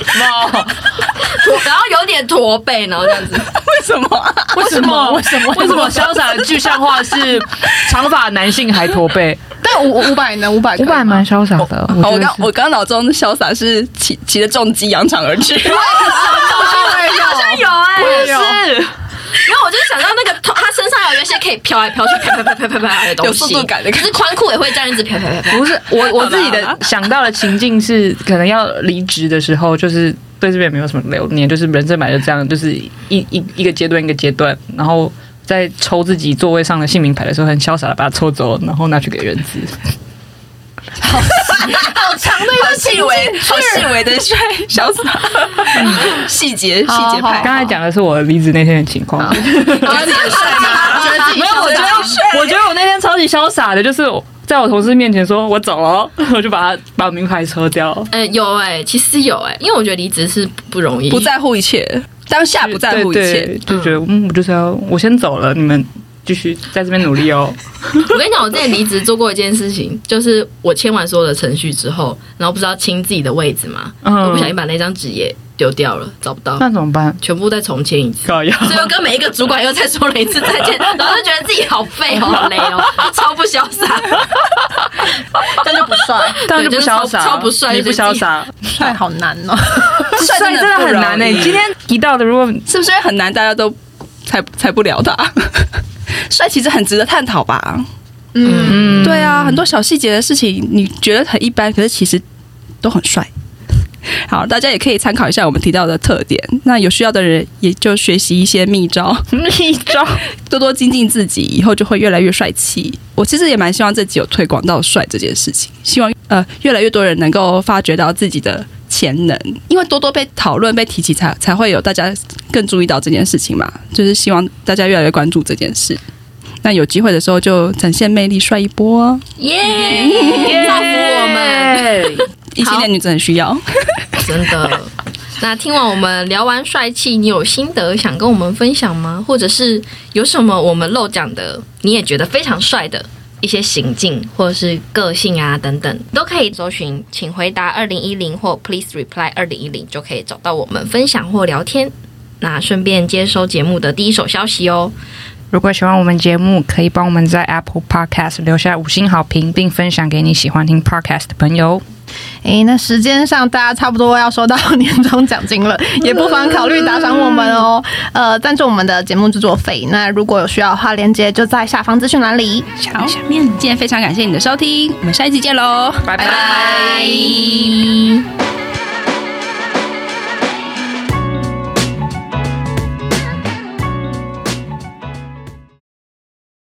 S2: 然后有点驼背，然后这样子，
S1: 为什么、啊？
S3: 为什么？为什么？为什么潇洒的具象化是长发男性还驼背？
S4: 但伍伍佰呢？伍佰可
S3: 五
S4: 以吗
S3: 百蛮潇洒的，
S1: 哦我
S3: 觉得
S1: 刚
S3: 是
S1: 我刚脑中的潇洒是骑骑着重机扬长而去，
S4: 哎呦
S2: 有哎、
S3: 不是。
S2: 因为我就是想到那个头，他身上有一些可以飘来飘去、飘飘飘飘飘飘的东
S1: 有
S2: 西
S1: 速度感的，
S2: 可是宽裤也会这样子飘飘飘飘。
S3: 不是我我自己的想到的情境是，可能要离职的时候，就是对这边没有什么留念，就是人生本来就这样，就是一一一个阶段一个阶段，然后在抽自己座位上的姓名牌的时候，很潇洒的把它抽走，然后拿去给人资。
S1: 好长的一个细微、好细微的帅潇洒，细节细
S4: 好
S1: 节派
S4: 好。
S3: 刚才讲的是我离职那天的情况，
S1: 觉得自己帅吗？觉得自己
S3: 没有，我觉得 我觉得我那天超级潇洒的，就是我在我同事面前说我走了 哦，我就把他把名牌抽掉。
S2: 呃，有哎、其实有哎、因为我觉得离职是不容易，
S1: 不在乎一切，当下不在乎一
S3: 对
S1: 切
S3: 对，就觉得嗯，我就是要我先走了，你们继续在这边努 力哦。
S2: 我跟你讲，我之前离职做过一件事情，就是我签完所有的程序之后，然后不是要清自己的位置嘛，
S3: 嗯
S2: 我不小心把那张纸也丢掉了，找不到，
S3: 那怎么办？
S2: 全部再重签一次。
S3: 搞要
S2: 所以我跟每一个主管又再说了一次再见，然后就觉得自己好废哦，好累哦，超不潇洒，
S1: 但就不 帅。
S3: 当然就
S2: 对就
S3: 不潇洒，
S2: 是超超不帅
S3: 你不 潇洒，
S4: 帅好难哦，
S1: 帅
S3: 帅真的很难
S1: 呢
S3: 呢。。今天提到的，如果
S1: 是不是因为很难，大家都才才不聊他？ 帅其实很值得探讨吧？
S4: 嗯，
S3: 嗯，
S1: 对啊，很多小细节的事情，你觉得很一般，可是其实都很帅。好，大家也可以参考一下我们提到的特点。那有需要的人也就学习一些秘招，
S3: 一招
S1: 多多精进自己，以后就会越来越帅气。我其实也蛮希望自己有推广到帅这件事情，希望呃越来越多人能够发掘到自己的潜能，因为多多被讨论、被提起才，才会有大家更注意到这件事情嘛。就是希望大家越来越关注这件事。那有机会的时候就展现魅力，帅一波、哦，
S2: 耶，
S3: 嗯
S2: 造福我们，
S1: 异性恋女子很需要。
S2: 真的。那听完我们聊完帅气，你有心得想跟我们分享吗？或者是有什么我们漏讲的，你也觉得非常帅的一些行径，或者是个性啊等等，都可以搜寻“请回答二零一零”或 “Please Reply 二零一零”就可以找到我们分享或聊天。那顺便接收节目的第一手消息哦。
S3: 如果喜欢我们节目，可以帮我们在 Apple Podcast 留下五星好评，并分享给你喜欢听 Podcast 的朋友。
S4: 诶，那时间上大家差不多要收到年终奖金了，也不妨考虑打赏我们哦。呃，赞助我们的节目制作费，那如果有需要的话，链接就在下方资讯栏里。
S1: 好，今天非常感谢你的收听，我们下一集见喽，
S3: 拜
S2: 拜。